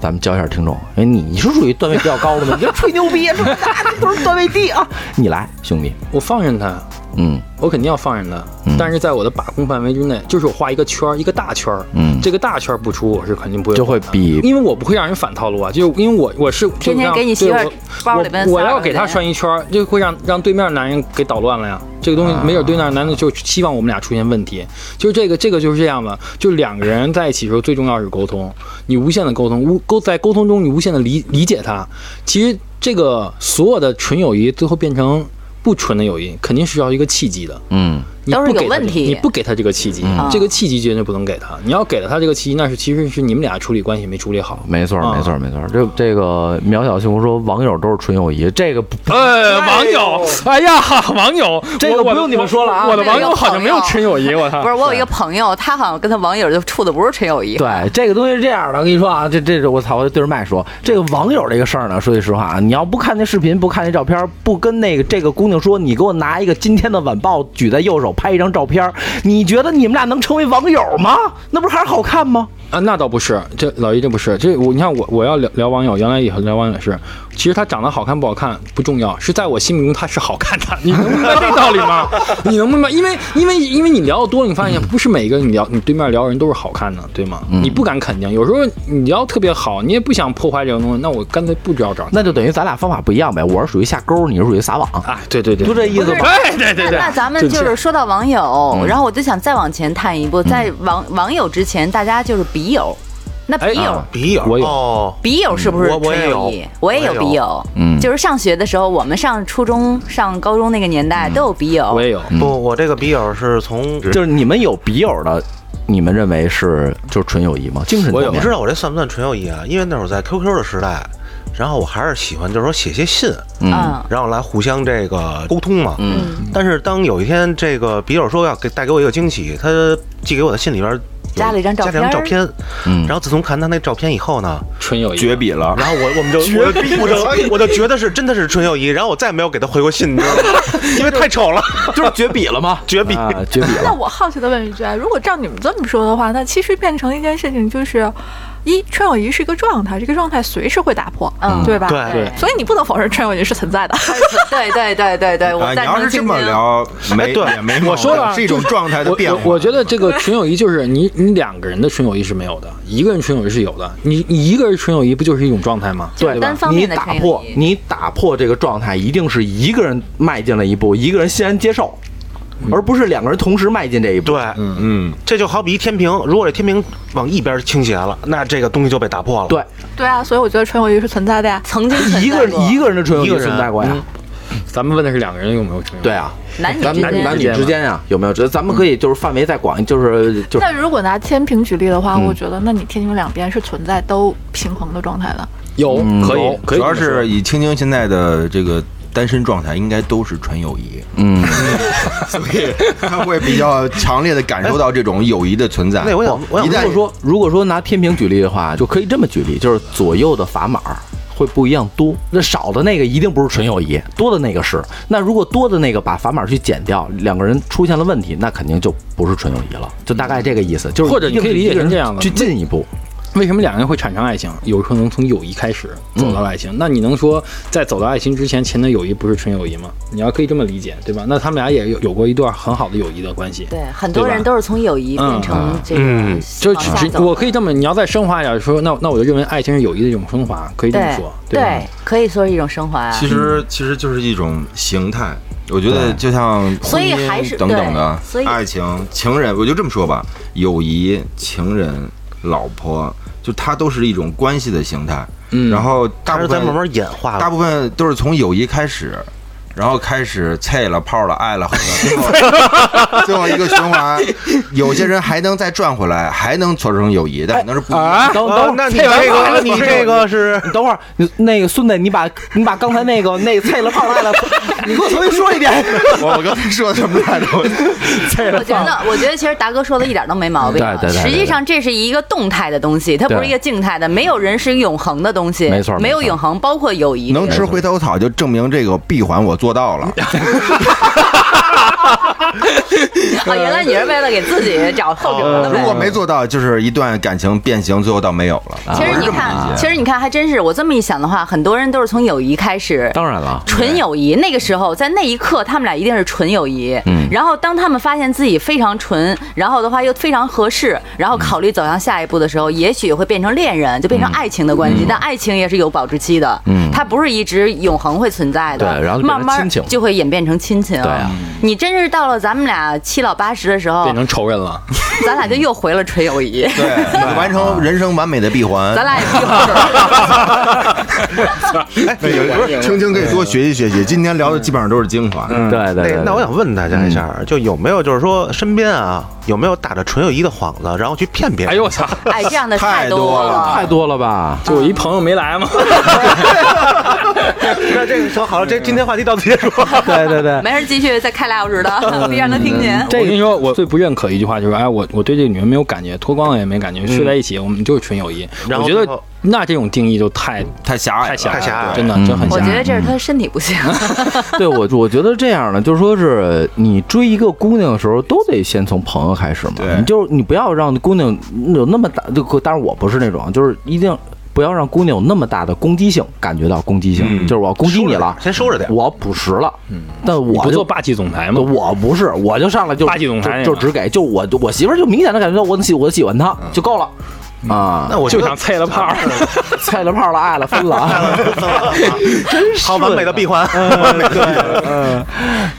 咱们教一下听众，因为你你是属于段位比较高的嘛，你就吹牛逼，说啊这都是段位低啊，你来，兄弟，我放任他，嗯我肯定要放任他，嗯但是在我的把控范围之内，就是我画一个圈儿，一个大圈儿，嗯，这个大圈儿不出，我是肯定不会就会管的比因为我不会让人反套路啊，就因为我我是天天就让给你媳妇儿对包我里边我我塞儿要呗给他拴一圈儿，就会让让对面男人给捣乱了呀。这个东西没准对面男的就希望我们俩出现问题，就是这个这个就是这样吧，就两个人在一起的时候最重要是沟通，你无限的沟通，无沟在沟通中你无限的理理解他。其实这个所有的纯友谊最后变成不纯的友谊，肯定是要一个契机的。嗯，你都是不给有他问这题你不给他这个契机，嗯这个契机绝对不能给他。你要给了他这个契机，那是其实是你们俩处理关系没处理好。嗯没错儿啊没错儿没错儿，这这个渺小幸福说网友都是纯友谊，这个不呃，网友，哎呀，网友，哎这个我我不用你们说了啊我的网这友个好像没有朋友纯友谊，我操！不是，我有一个朋友，他好像跟他网友就处的不是纯友谊。对，这个东西是这样的，我跟你说啊，这这是我操，我就对着麦说，这个网友这个事儿呢，说句实话啊，你要不看那视频，不看那照片，不跟那个这个姑娘说，你给我拿一个今天的晚报举在右手拍一张照片，你觉得你们俩能成为网友吗？那不是还好看吗？啊，那倒不是，这老一这不是，这我你看我我要聊聊网友，原来也聊网友是，其实他长得好看不好看不重要，是在我心目中他是好看的， *laughs* 你能明白这道理 *laughs* 吗？你能明白？因为因为因为你聊的多了，你发现不是每个你聊你对面聊的人都是好看的，对吗？你不敢肯定，有时候你聊得特别好，你也不想破坏这种东西，那我干脆不聊找你。那就等于咱俩方法不一样呗，我是属于下钩，你是属于撒网，啊，对对对，就这意思吧？对对对对，嗯那咱们就是说到网友，然后我就想再往前探一步，在网网友之前，大家就是笔友。那哎笔友啊，笔友我有哦，笔友是不是我我也纯友有谊？我也我有也笔友，嗯就是上学的时候，我们上初中、上高中那个年代都有笔友嗯我。也有。不，我这个笔友是从就是你们有笔友的，你们认为是就是纯友谊吗？精神层我有我面不知道我这算不算纯友谊啊？因为那会儿在 QQ 的时代，然后我还是喜欢就是说写些信，嗯嗯，然后来互相这个沟通嘛。嗯但是当有一天这个笔友说要给带给我一个惊喜，他寄给我的信里边有加了一张照加了一张照片片，嗯然后自从看他那照片以后呢，纯友谊绝笔了。然后我我们就我就我就我就觉得是真的是纯友谊，然后我再也没有给他回过信，你知道吗？ *laughs* 因为太丑了，就是绝笔了吗？绝 *laughs* 笔。啊，绝笔那了。我好奇的问一句啊，如果照你们这么说的话，那其实变成一件事情就是，一纯友谊是一个状态，这个状态随时会打破，嗯对吧？对对所以你不能否认纯友谊是存在的。 *laughs* *laughs* 对对对对对，啊，我你赞要成是这青么青。聊，没对也没毛病哎我说了啊，是一种就是状态的我变化我我觉得这个纯友谊就是你你两个人的纯友谊是没有的，一个人纯友谊是有的。你你一个人纯友谊不就是一种状态吗？就是对吧单？方你面的打纯友破谊你打破这个状态，一定是一个人迈进了一步，一个人欣然接受，而不是两个人同时迈进这一步。对，嗯，这就好比一天平，如果这天平往一边倾斜了，那这个东西就被打破了。对，对啊，所以我觉得纯友谊是存在的呀。曾经存在一个过人一个人的纯友一个谊人存在过嗯呀。咱们问的是两个人有没有纯友谊？对，啊，男女咱之们男女间男女之间啊，有没有？这咱们可以就是范围再广，就是就是那如果拿天平举例的话，我觉得那你天平两边是存在都平衡的状态的。有可以有，可以主要这么说是以青青现在的这个单身状态，应该都是纯友谊，嗯，他会比比较较强烈的感受到这种友谊的存在。那我想我想哎如问果说如果说拿天平举例的话，就可以这么举例，就是左右的砝码会不一样多。那少的那个一定不是纯友谊，多的那个是。那如果多的那个把砝码去减掉，两个人出现了问题，那肯定就不是纯友谊了。就大概这个意思，就是或者你可以理解成这样的去进一步。为什么两个人会产生爱情？有可能从友谊开始走到了爱情。那你能说在走到爱情之前，前的友谊不是纯友谊吗？你要可以这么理解，对吧？那他们俩也有有过一段很好的友谊的关系。对，很多对吧人都是从友谊变成这个嗯就是往下只走我可以这么，你要再升华一点说，那那我就认为爱情是友谊的一种升华，可以这么对说，吧？对，可以说是一种升华啊。其实其实就是一种形态。我觉得对就像婚姻所以还是等等的对所以爱情、情人，我就这么说吧，友谊、情人、老婆，就它都是一种关系的形态。嗯然后大还部是分在慢慢演化大吧。部分都是从友谊开始，然后开始菜了、泡了、爱了、 *laughs* 恨了，最后最后一个循环，有些人还能再转回来，还能做成友谊，但可能是不一样啊，等啊等，那你菜完这泡了个你这个是你等会儿，你那个孙子，你把你把刚才那个那菜了泡了爱了，你给我重新说一遍。我我刚才说的什么来着？ *laughs* 我觉得，我觉得其实达哥说的一点都没毛病啊。对对对对实际上这是一个动态的东西，它不是对一个静态的。没有人是永恒的东西，没错没有没错永恒，包括友谊。能吃回头草就证明这个闭环我做到了。哦，原来你是为了给自己找后者的哦如呗。果没做到，就是一段感情变形，最后到没有了。其实我是你这么看理解，其实你看，还真是。我这么一想的话，很多人都是从友谊开始。当然了，纯友谊，那个时候在那一刻，他们俩一定是纯友谊。嗯，然后当他们发现自己非常纯，然后的话又非常合适，然后考虑走向下一步的时候，也许会变成恋人，就变成爱情的关嗯系。但爱情也是有保质期的，嗯，它不是一直永恒会存在的。对然后就变成慢慢亲情就会演变成亲情。对啊，你真是到了咱们俩七老八十的时候变，成仇人了。咱俩就又回了纯 *laughs* 友谊。对，完成人生完美的闭环。咱俩也闭环。哎青青可以多学习学习，今天聊的基本上都是精华。嗯，对对那对，嗯那我想问大家一下，就有没有就是说身边啊有没有打着纯友谊的幌子，然后去骗别人？ *laughs* 哎呦我操！哎，这样的太多多了太多了吧？就我一朋友没来 *laughs* 嘛， *laughs* 那这个说好了，嗯这今天话题到此结束。对对对， *laughs* 没事，继续再开俩小时嗯 *laughs* 的，别让他听见。我跟你说，我最不认可一句话就是，哎，我我对这个女人没有感觉，脱光了也没感觉，睡在一起我们就是纯友谊。然后我觉最后得那这种定义就太太狭隘了，太狭太狭隘隘了了，嗯真的真很我狭觉得隘。这是他身体不行。对我我觉得这样呢，就是说是你追一个姑娘的时候，都得先从朋友开始嘛。对你就你不要让姑娘有那么大，就当然我不是那种，啊就是一定不要让姑娘有那么大的攻击性，感觉到攻击性，就是我要攻击你了，先收着点。我要捕食了。嗯，但你我不就做霸气总裁吗？我不是，我就上来就霸气总裁就那就个只给，就我我媳妇儿就明显的感觉到我喜我喜欢她就够了。啊，那我就觉得想啐了泡儿。菜了泡了，爱了分了啊，真是好完美的闭 *laughs* 环。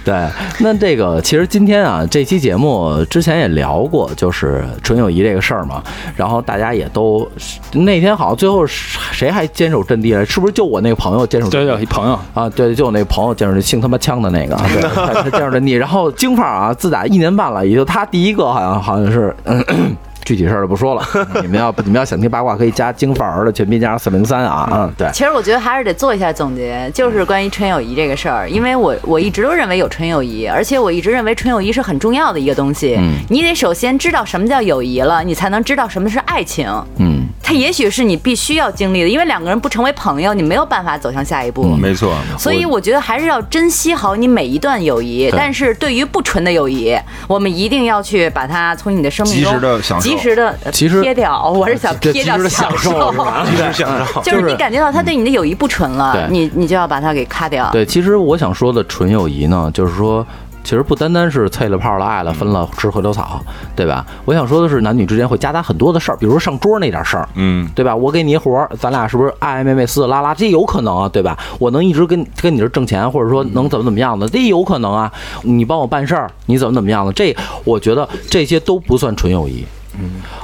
对，那这个其实今天啊，这期节目之前也聊过，就是纯友谊这个事儿嘛。然后大家也都那天好像最后谁还坚守阵地了？是不是就我那个朋友坚守阵 *laughs* 对地？对，一朋友，啊，对，就我那朋友坚守姓他妈枪的那个，啊对，他他坚守阵地。然后京范儿啊，自打一年半了，也就他第一个好像好像是。 *clears throat* 嗯具体事儿就不说了，你们要你 *laughs* 们要想听八卦，可以加京范儿的全拼加上四零三啊，嗯，对，其实我觉得还是得做一下总结，就是关于纯友谊这个事儿，因为我我一直都认为有纯友谊，而且我一直认为纯友谊是很重要的一个东西。嗯你得首先知道什么叫友谊了，你才能知道什么是爱情。嗯，它也许是你必须要经历的，因为两个人不成为朋友，你没有办法走向下一嗯步。没错。所以我觉得还是要珍惜好你每一段友谊，但是对于不纯的友谊，我们一定要去把它从你的生命中及时地享受及时的其实撇掉。我是想这撇掉及时地享受是 *laughs* 吧及时享受。就是就是你感觉到他对你的友谊不纯了对，你你就要把它给咔掉。对，其实我想说的纯友谊呢，就是说，其实不单单是啐了泡了爱了分了吃回头草，对吧？我想说的是，男女之间会夹杂很多的事儿，比如说上桌那点事儿，嗯，对吧？我给你一活儿，咱俩是不是爱爱妹妹撕撕拉拉？这有可能啊，对吧？我能一直跟跟你这儿挣钱，或者说能怎么怎么样的，这也有可能啊。你帮我办事儿，你怎么怎么样的？这我觉得这些都不算纯友谊。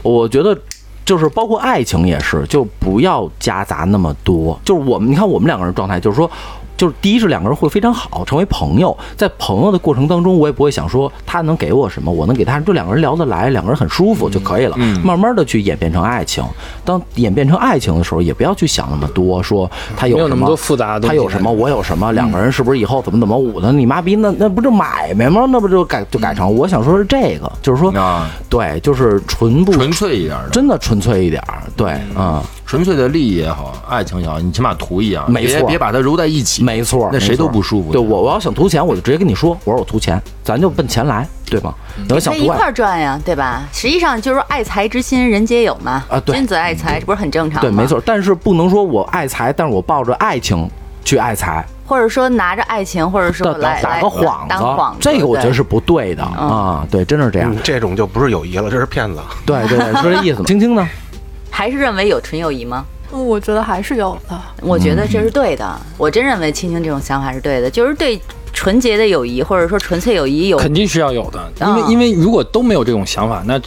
我觉得就是包括爱情也是，就不要夹杂那么多。就是我们，你看我们两个人状态，就是说。就是第一是两个人会非常好，成为朋友，在朋友的过程当中，我也不会想说他能给我什么，我能给他什么，就两个人聊得来，两个人很舒服就可以了。慢慢的去演变成爱情，当演变成爱情的时候，也不要去想那么多，说他有没有什那么多复杂的东他西有什么，我有什么，两个人是不是以后怎么怎么捂的？你妈逼，那那不就买卖吗？那不就改就改成？我想说是这个，就是说啊，对，就是纯不纯粹一点的，真的纯粹一点儿，对，嗯啊、纯粹的利益也好，爱情也好，你起码图一样，没错别别把它揉在一起。没错，那谁没错都不舒服对我，我要想图钱，我就直接跟你说，我说我图钱，咱就奔钱来，对吗？你要想那嗯一图块爱，儿赚呀，对吧？实际上就是爱财之心，人皆有嘛。啊对君子爱财，这不是很正常吗？对，没。错。但是不能说我爱财，但是我抱着爱情去爱财，或者说拿着爱情，或者说打来打来个当幌幌子，这个我觉得对是不对的啊，对，真是这样嗯，，这种就不是友谊了，这是骗子。对 *laughs* 对对，是这意思吗？青青呢？还是认为有纯友谊吗？嗯我觉得还是有的。我觉得这是对嗯的，我真认为青青这种想法是对的，就是对纯洁的友谊或者说纯粹友谊有肯定是要有的，因啊为因为如果都没有这种想法，那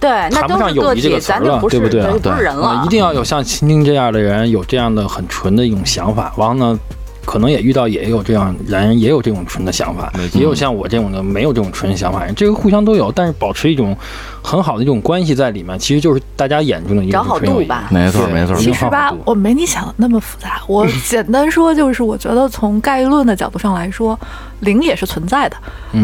对，那谈不都上是个友谊这体，个词儿咱就了，不是对不对？咱就不是人啊嗯了一。定要有像青青这样的人，有这样的很纯的一种想法，然后呢，可能也遇到也有这样人，也有这种纯的想法没，错也有像我这种的没有这种纯想法人，这个互相都有，但是保持一种很好的一种关系在里面，其实就是大家眼中的一找种好纯友度谊吧。没错没错，对其实吧很好，我没你想的那么复杂。我简单说，就是我觉得从概率论的角度上来说，零也是存在的，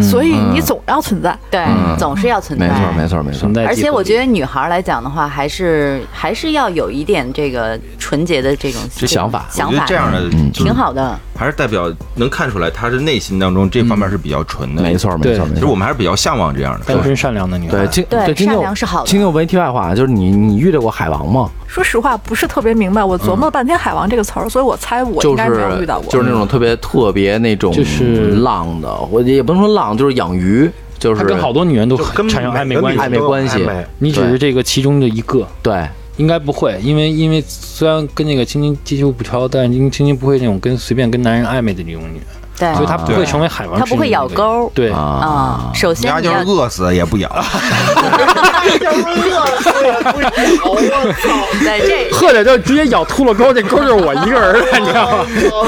所以你总要存在。对，总是要存在。没错没错没错存，在即合而理。且我觉得女孩儿来讲的话，还是还是要有一点这个纯洁的这种这想法想我觉法嗯得这样的挺，好的。还是代表能看出来她是内心当中这方面是比较纯的。没，错没对错其没实错我。们还是比较向往这样的。单纯善良的女孩，对，金对金善牛良是好的金牛文题外话，就是你你遇到过海王吗？说实话，不是特别明白。我琢磨了半天“海王”这个词儿，所以我猜我嗯应就该没有遇是到过。就是那种特别特别那种嗯就是浪的，我也不能说浪，就是养鱼，就是她跟好多女人都就跟产生暧昧每个关女系哎暧昧关系生，都有哎暧昧你只是这个其中的一个。对应该不会，因为因为虽然跟那个青青接触不超，但是青青不会那种跟随便跟男人暧昧的那种女人，对所以她不会成为海王，她不会咬钩。对，啊，啊，首先人你家要就是饿死也不养，嗯对这喝点就直接咬秃了钩，这钩就是我一个人的，你知 *laughs* 道吗？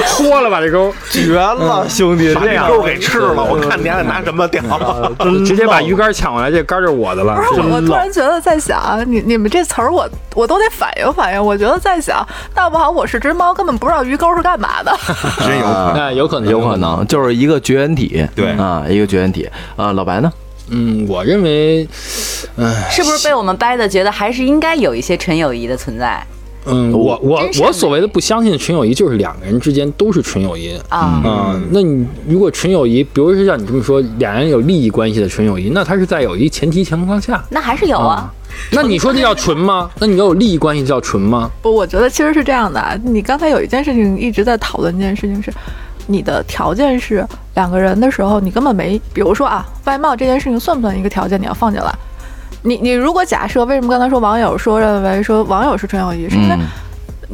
脱了吧这钩，绝了，兄弟，这样把钩给吃了，我看你还得拿什么钓。呃 *laughs* 直接把鱼竿抢过来，这竿就是我的了不。是我，我突然觉得在想，你你们这词儿，我我都得反应反应。我觉得在想，闹不好我是只猫，根本不知道鱼钩是干嘛的。 *laughs* *laughs* 真有可能。哎，有可能，有可。能就是一个绝缘体，对啊，一个绝缘体啊。老白呢？嗯，我认为，是不是被我们掰的？觉得还是应该有一些纯友谊的存在嗯，我我真是我所谓的不相信纯友谊，就是两个人之间都是纯友谊。啊。嗯，那你如果纯友谊，比如说像你这么说，俩人有利益关系的纯友谊，那它是在有一前提情况下。那还是有啊，那你说这叫纯吗？那你要有利益关系叫纯吗？不，我觉得其实是这样的啊。你刚才有一件事情一直在讨论，一件事情是，你的条件是两个人的时候，你根本没，比如说啊，外貌这件事情算不算一个条件？你要放进来。你你如果假设，为什么刚才说网友说认为说网友是纯友谊，是因为、嗯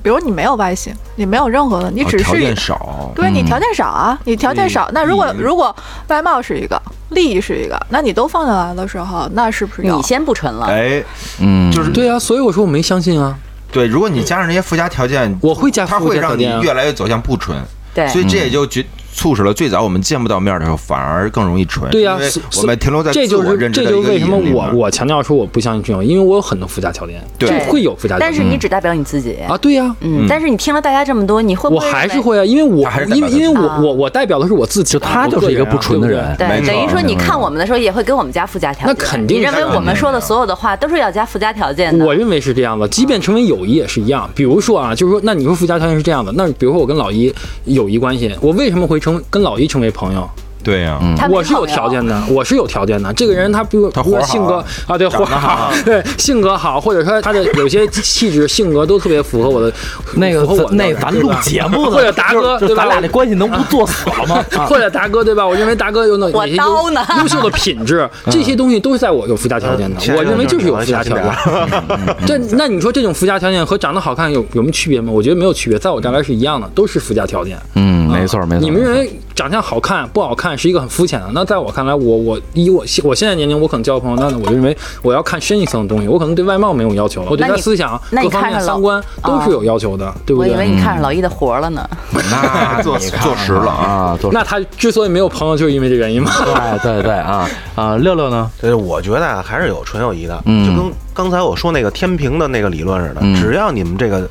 比如你没有外形，你没有任何的，你只是、哦条件少，嗯对你条件少啊，你条件少。那如果如果外貌是一个，利益是一个，那你都放进来的时候，那是不是有你先不纯了，嗯哎，嗯，就是对啊，所以我说我没相信啊，对，如果你加上这些附加条件，我会加它附会加条让你件啊。嗯越来越走向不纯。对所以这也就决促使了最早我们见不到面的时候，反而更容易纯。对呀因为所我们停留在这自就我是认知这的就是一个为什么阴影里我面我强调说我不相信这种，因为我有很多附加条件，对这会有附加条件。但是嗯你只代表你自己。啊，对呀、嗯，但是你听了大家这么多，你会不我会还认是为会啊，因为我他还是代因表为他因为自己我我我代表的是我自己，就他就是一个啊不纯的人对没，错等于说你嗯看我们的时候也会给我们加附加条件。那肯定你认是为的我们说的所有的话都是要加附加条件的。我认为是这样的，即便成为友谊也是一样。比如说啊，就是说，那你说附加条件是这样的，那比如说我跟老一友谊关系，我为什么会成跟老一成为朋友？对呀，他们我是有朋友条件的，我是有条件的。这个人他比如他比如活说好性格啊，对，活长得好好， *laughs* 对性格好，或者说他的有些气质、性格都特别符合我的 *laughs* 那个符合我咱的那咱录节目呢，或者达哥就就对吧咱俩那关系能不作死了 *laughs* 吗？啊 *laughs* 或者达哥对吧？我认为达哥有哪我哪些刀优呢嗯优秀的 *laughs* 品质，这些东西都是在我有附加条件的。嗯我认为就是有附加条件下嗯一。 *laughs* 这那你说这种附加条件和长得好看有有什么区别吗？我觉得没有区别，在我这来是一样的，都是附加条件。啊嗯，没错没错。你们没错认为长相好看不好看是一个很肤浅的，那在我看来，我我以我现我现在年龄，我可能交朋友，那我就认为我要看深一层的东西，我可能对外貌没有要求了，我对那他你思想啊那你各方看面上老三观都是有要求的，对不我以为对？嗯你看上老一的活了呢。 *laughs* 那坐坐实了啊。啊，作死那他之所以没有朋友，就是因为这原因吗？对对对啊啊，六六呢？呃，我觉得啊，还是有纯友谊的，嗯就跟刚才我说那个天平的那个理论似的，嗯只要你们这个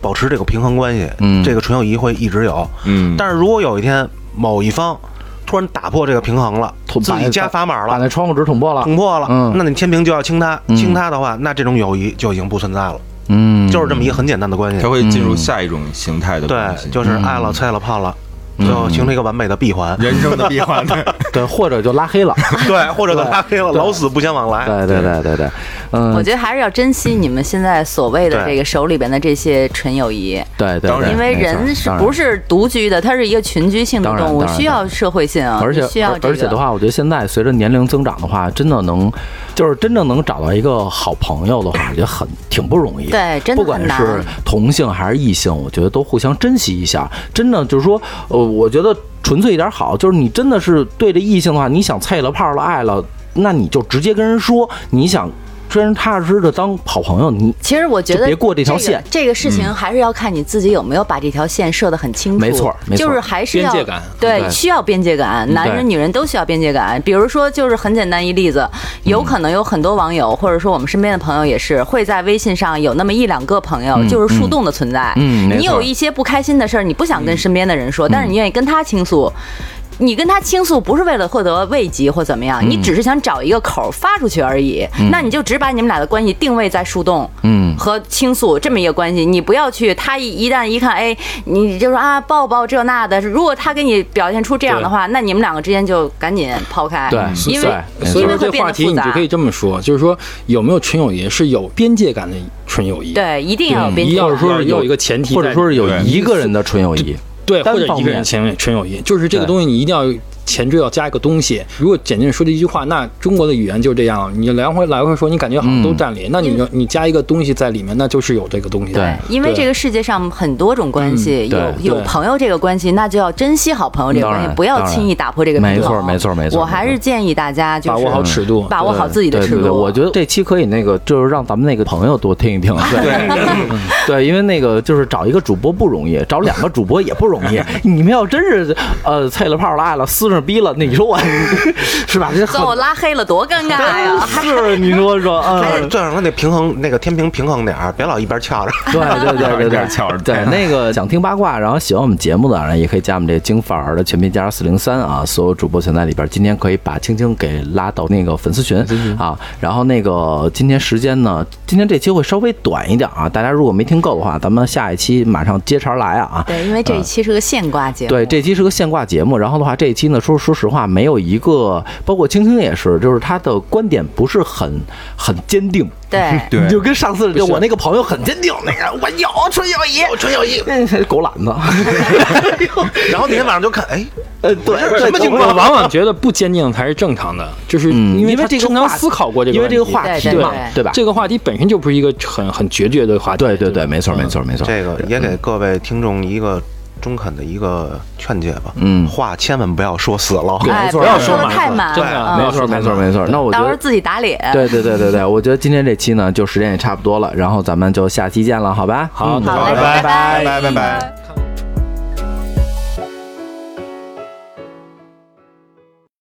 保持这个平衡关系，嗯这个纯友谊会一直有。嗯，但是如果有一天某一方突然打破这个平衡了，捅自把己那加砝把码了，那窗户纸捅破了捅。破了，嗯那你天平就要倾塌，嗯倾塌的话，那这种友谊就已经不存在了，嗯，就是这么一个很简单的关系它。会进入下一种形态的关系对，就是嗯爱嗯了、菜了、泡了，最后形成一个完美的闭环。人生的闭 *laughs* 环。对，或者就拉黑了。 *laughs* 对，或者给拉黑了，对老死不相往来。对对对对对，嗯， *laughs* 我觉得还是要珍惜你们现在所谓的对这个手里边的这些纯友谊，对对，当对然因没为错人是当然不是独居的，它是一个群居性当的然动物当，然需当要然社会性啊，而且需要而这而且的个。话，我觉得现在随着年龄增长的话，真的能，就是真正能找到一个好朋友的话，我觉得很挺不容易。对真的不管很难是同性还是异性，我觉得都互相珍惜一下。真的就是说，呃，我觉得纯粹一点好，就是你真的是对着异性的话，你想菜了泡了爱了，那你就直接跟人说，你想。真踏实的当好朋友，你其实我觉就得别过这条线嗯这个，这个事情还是要看你自己有没有把这条线设得很清楚。没错没错就是还是要边界感对，对嗯需要边界感，男人女人都需要边界感。比如说，就是很简单一例子，嗯有可能有很多网友，或者说我们身边的朋友也是会在微信上有那么一两个朋友，就是树洞的存在。嗯没错嗯你有一些不开心的事儿，你不想跟身边的人说，但是你愿意跟他倾诉。你跟他倾诉不是为了获得慰藉或怎么样，嗯你只是想找一个口儿发出去而已。那你就只把你们俩的关系定位在树洞，嗯和倾诉这么一个关系，你不要去他一一旦一看，哎，你就说啊抱抱这那的，如果他给你表现出这样的话，那你们两个之间就赶紧抛开，对因为对所以因说为这会变话得题复你就杂可，以这么说，就是说有没有纯友谊是有边界感的纯友谊，，对，一定要有边界嗯要感。说有一个前提在，或者说是有对一个人的纯友谊，对，单或者方一个面人前纯友谊，就是这个对东西你一定要前缀要加一个东西。如果简简说的一句话，那中国的语言就是这样，你来回来回说，你感觉好嗯像都占理，那你就你加一个东西在里面，那就是有这个东西。对因为这个世界上很多种关嗯系，对有有对朋友这个关系，那就要珍惜好朋友这个关当系然，不要轻易打破这个平没衡。错没错没错我还是建议大家就是把握好尺度把握好自己的对尺对对，度。我觉得这期可以那个，就是让咱们那个朋友多听一 *laughs* 听。对，嗯对，因为那个就是找一个主播不容易，找两个主播也不容 *laughs* 易。你们要真是呃菜了泡了爱了撕上逼了，你说我 *laughs* 是吧？这很把我拉黑了，多尴尬 *laughs* 呀！是你说说啊。嗯这样，他得平衡那个天平平衡点儿，别老一边翘着。 *laughs* *laughs* 对对对 *laughs* 对有对点，翘着对那个想听八卦，然后喜欢我们节目的，然后也可以加我们这京范儿的全拼加四零三啊，所有主播全在里边。今天可以把青青给拉到那个粉丝群嗯啊，然后那个今天时间呢，今天这期会稍微短一点啊，大家如果没听够的话，咱们下一期马上接茬儿来啊。对，因为这一期是个现挂节目，对，这期是个现挂节目，然后的话，这一期呢，说说实话，没有一个，包括青青也是，就是他的观点不是很很坚定， *laughs* 对。你就跟上次就我那个朋友很坚定，那个我有纯友谊，有纯友谊， *laughs* 狗懒子， *laughs* 然后那天晚上就看，哎，呃，对，什么情我况？往往觉得不坚定才是正常的，就是嗯因为因为他这个经常话题思考过这个因为问题，这个话题对嘛，对对吧？啊这个嗯话题本身就不是一个很很决绝的话题。对对对，吧没错没错没错，这个也给各位听众一个中肯的一个劝诫吧，嗯话千万不要说死了。哎，错不要没说错的没太错满，真啊的嗯没错没错没错。那我觉到时候得。自己打脸。对对对对 *laughs* 对，我觉得今天这期呢，就时间也差不多了，然后咱们就下期见了，好吧？好嗯的好嘞，拜拜拜拜拜。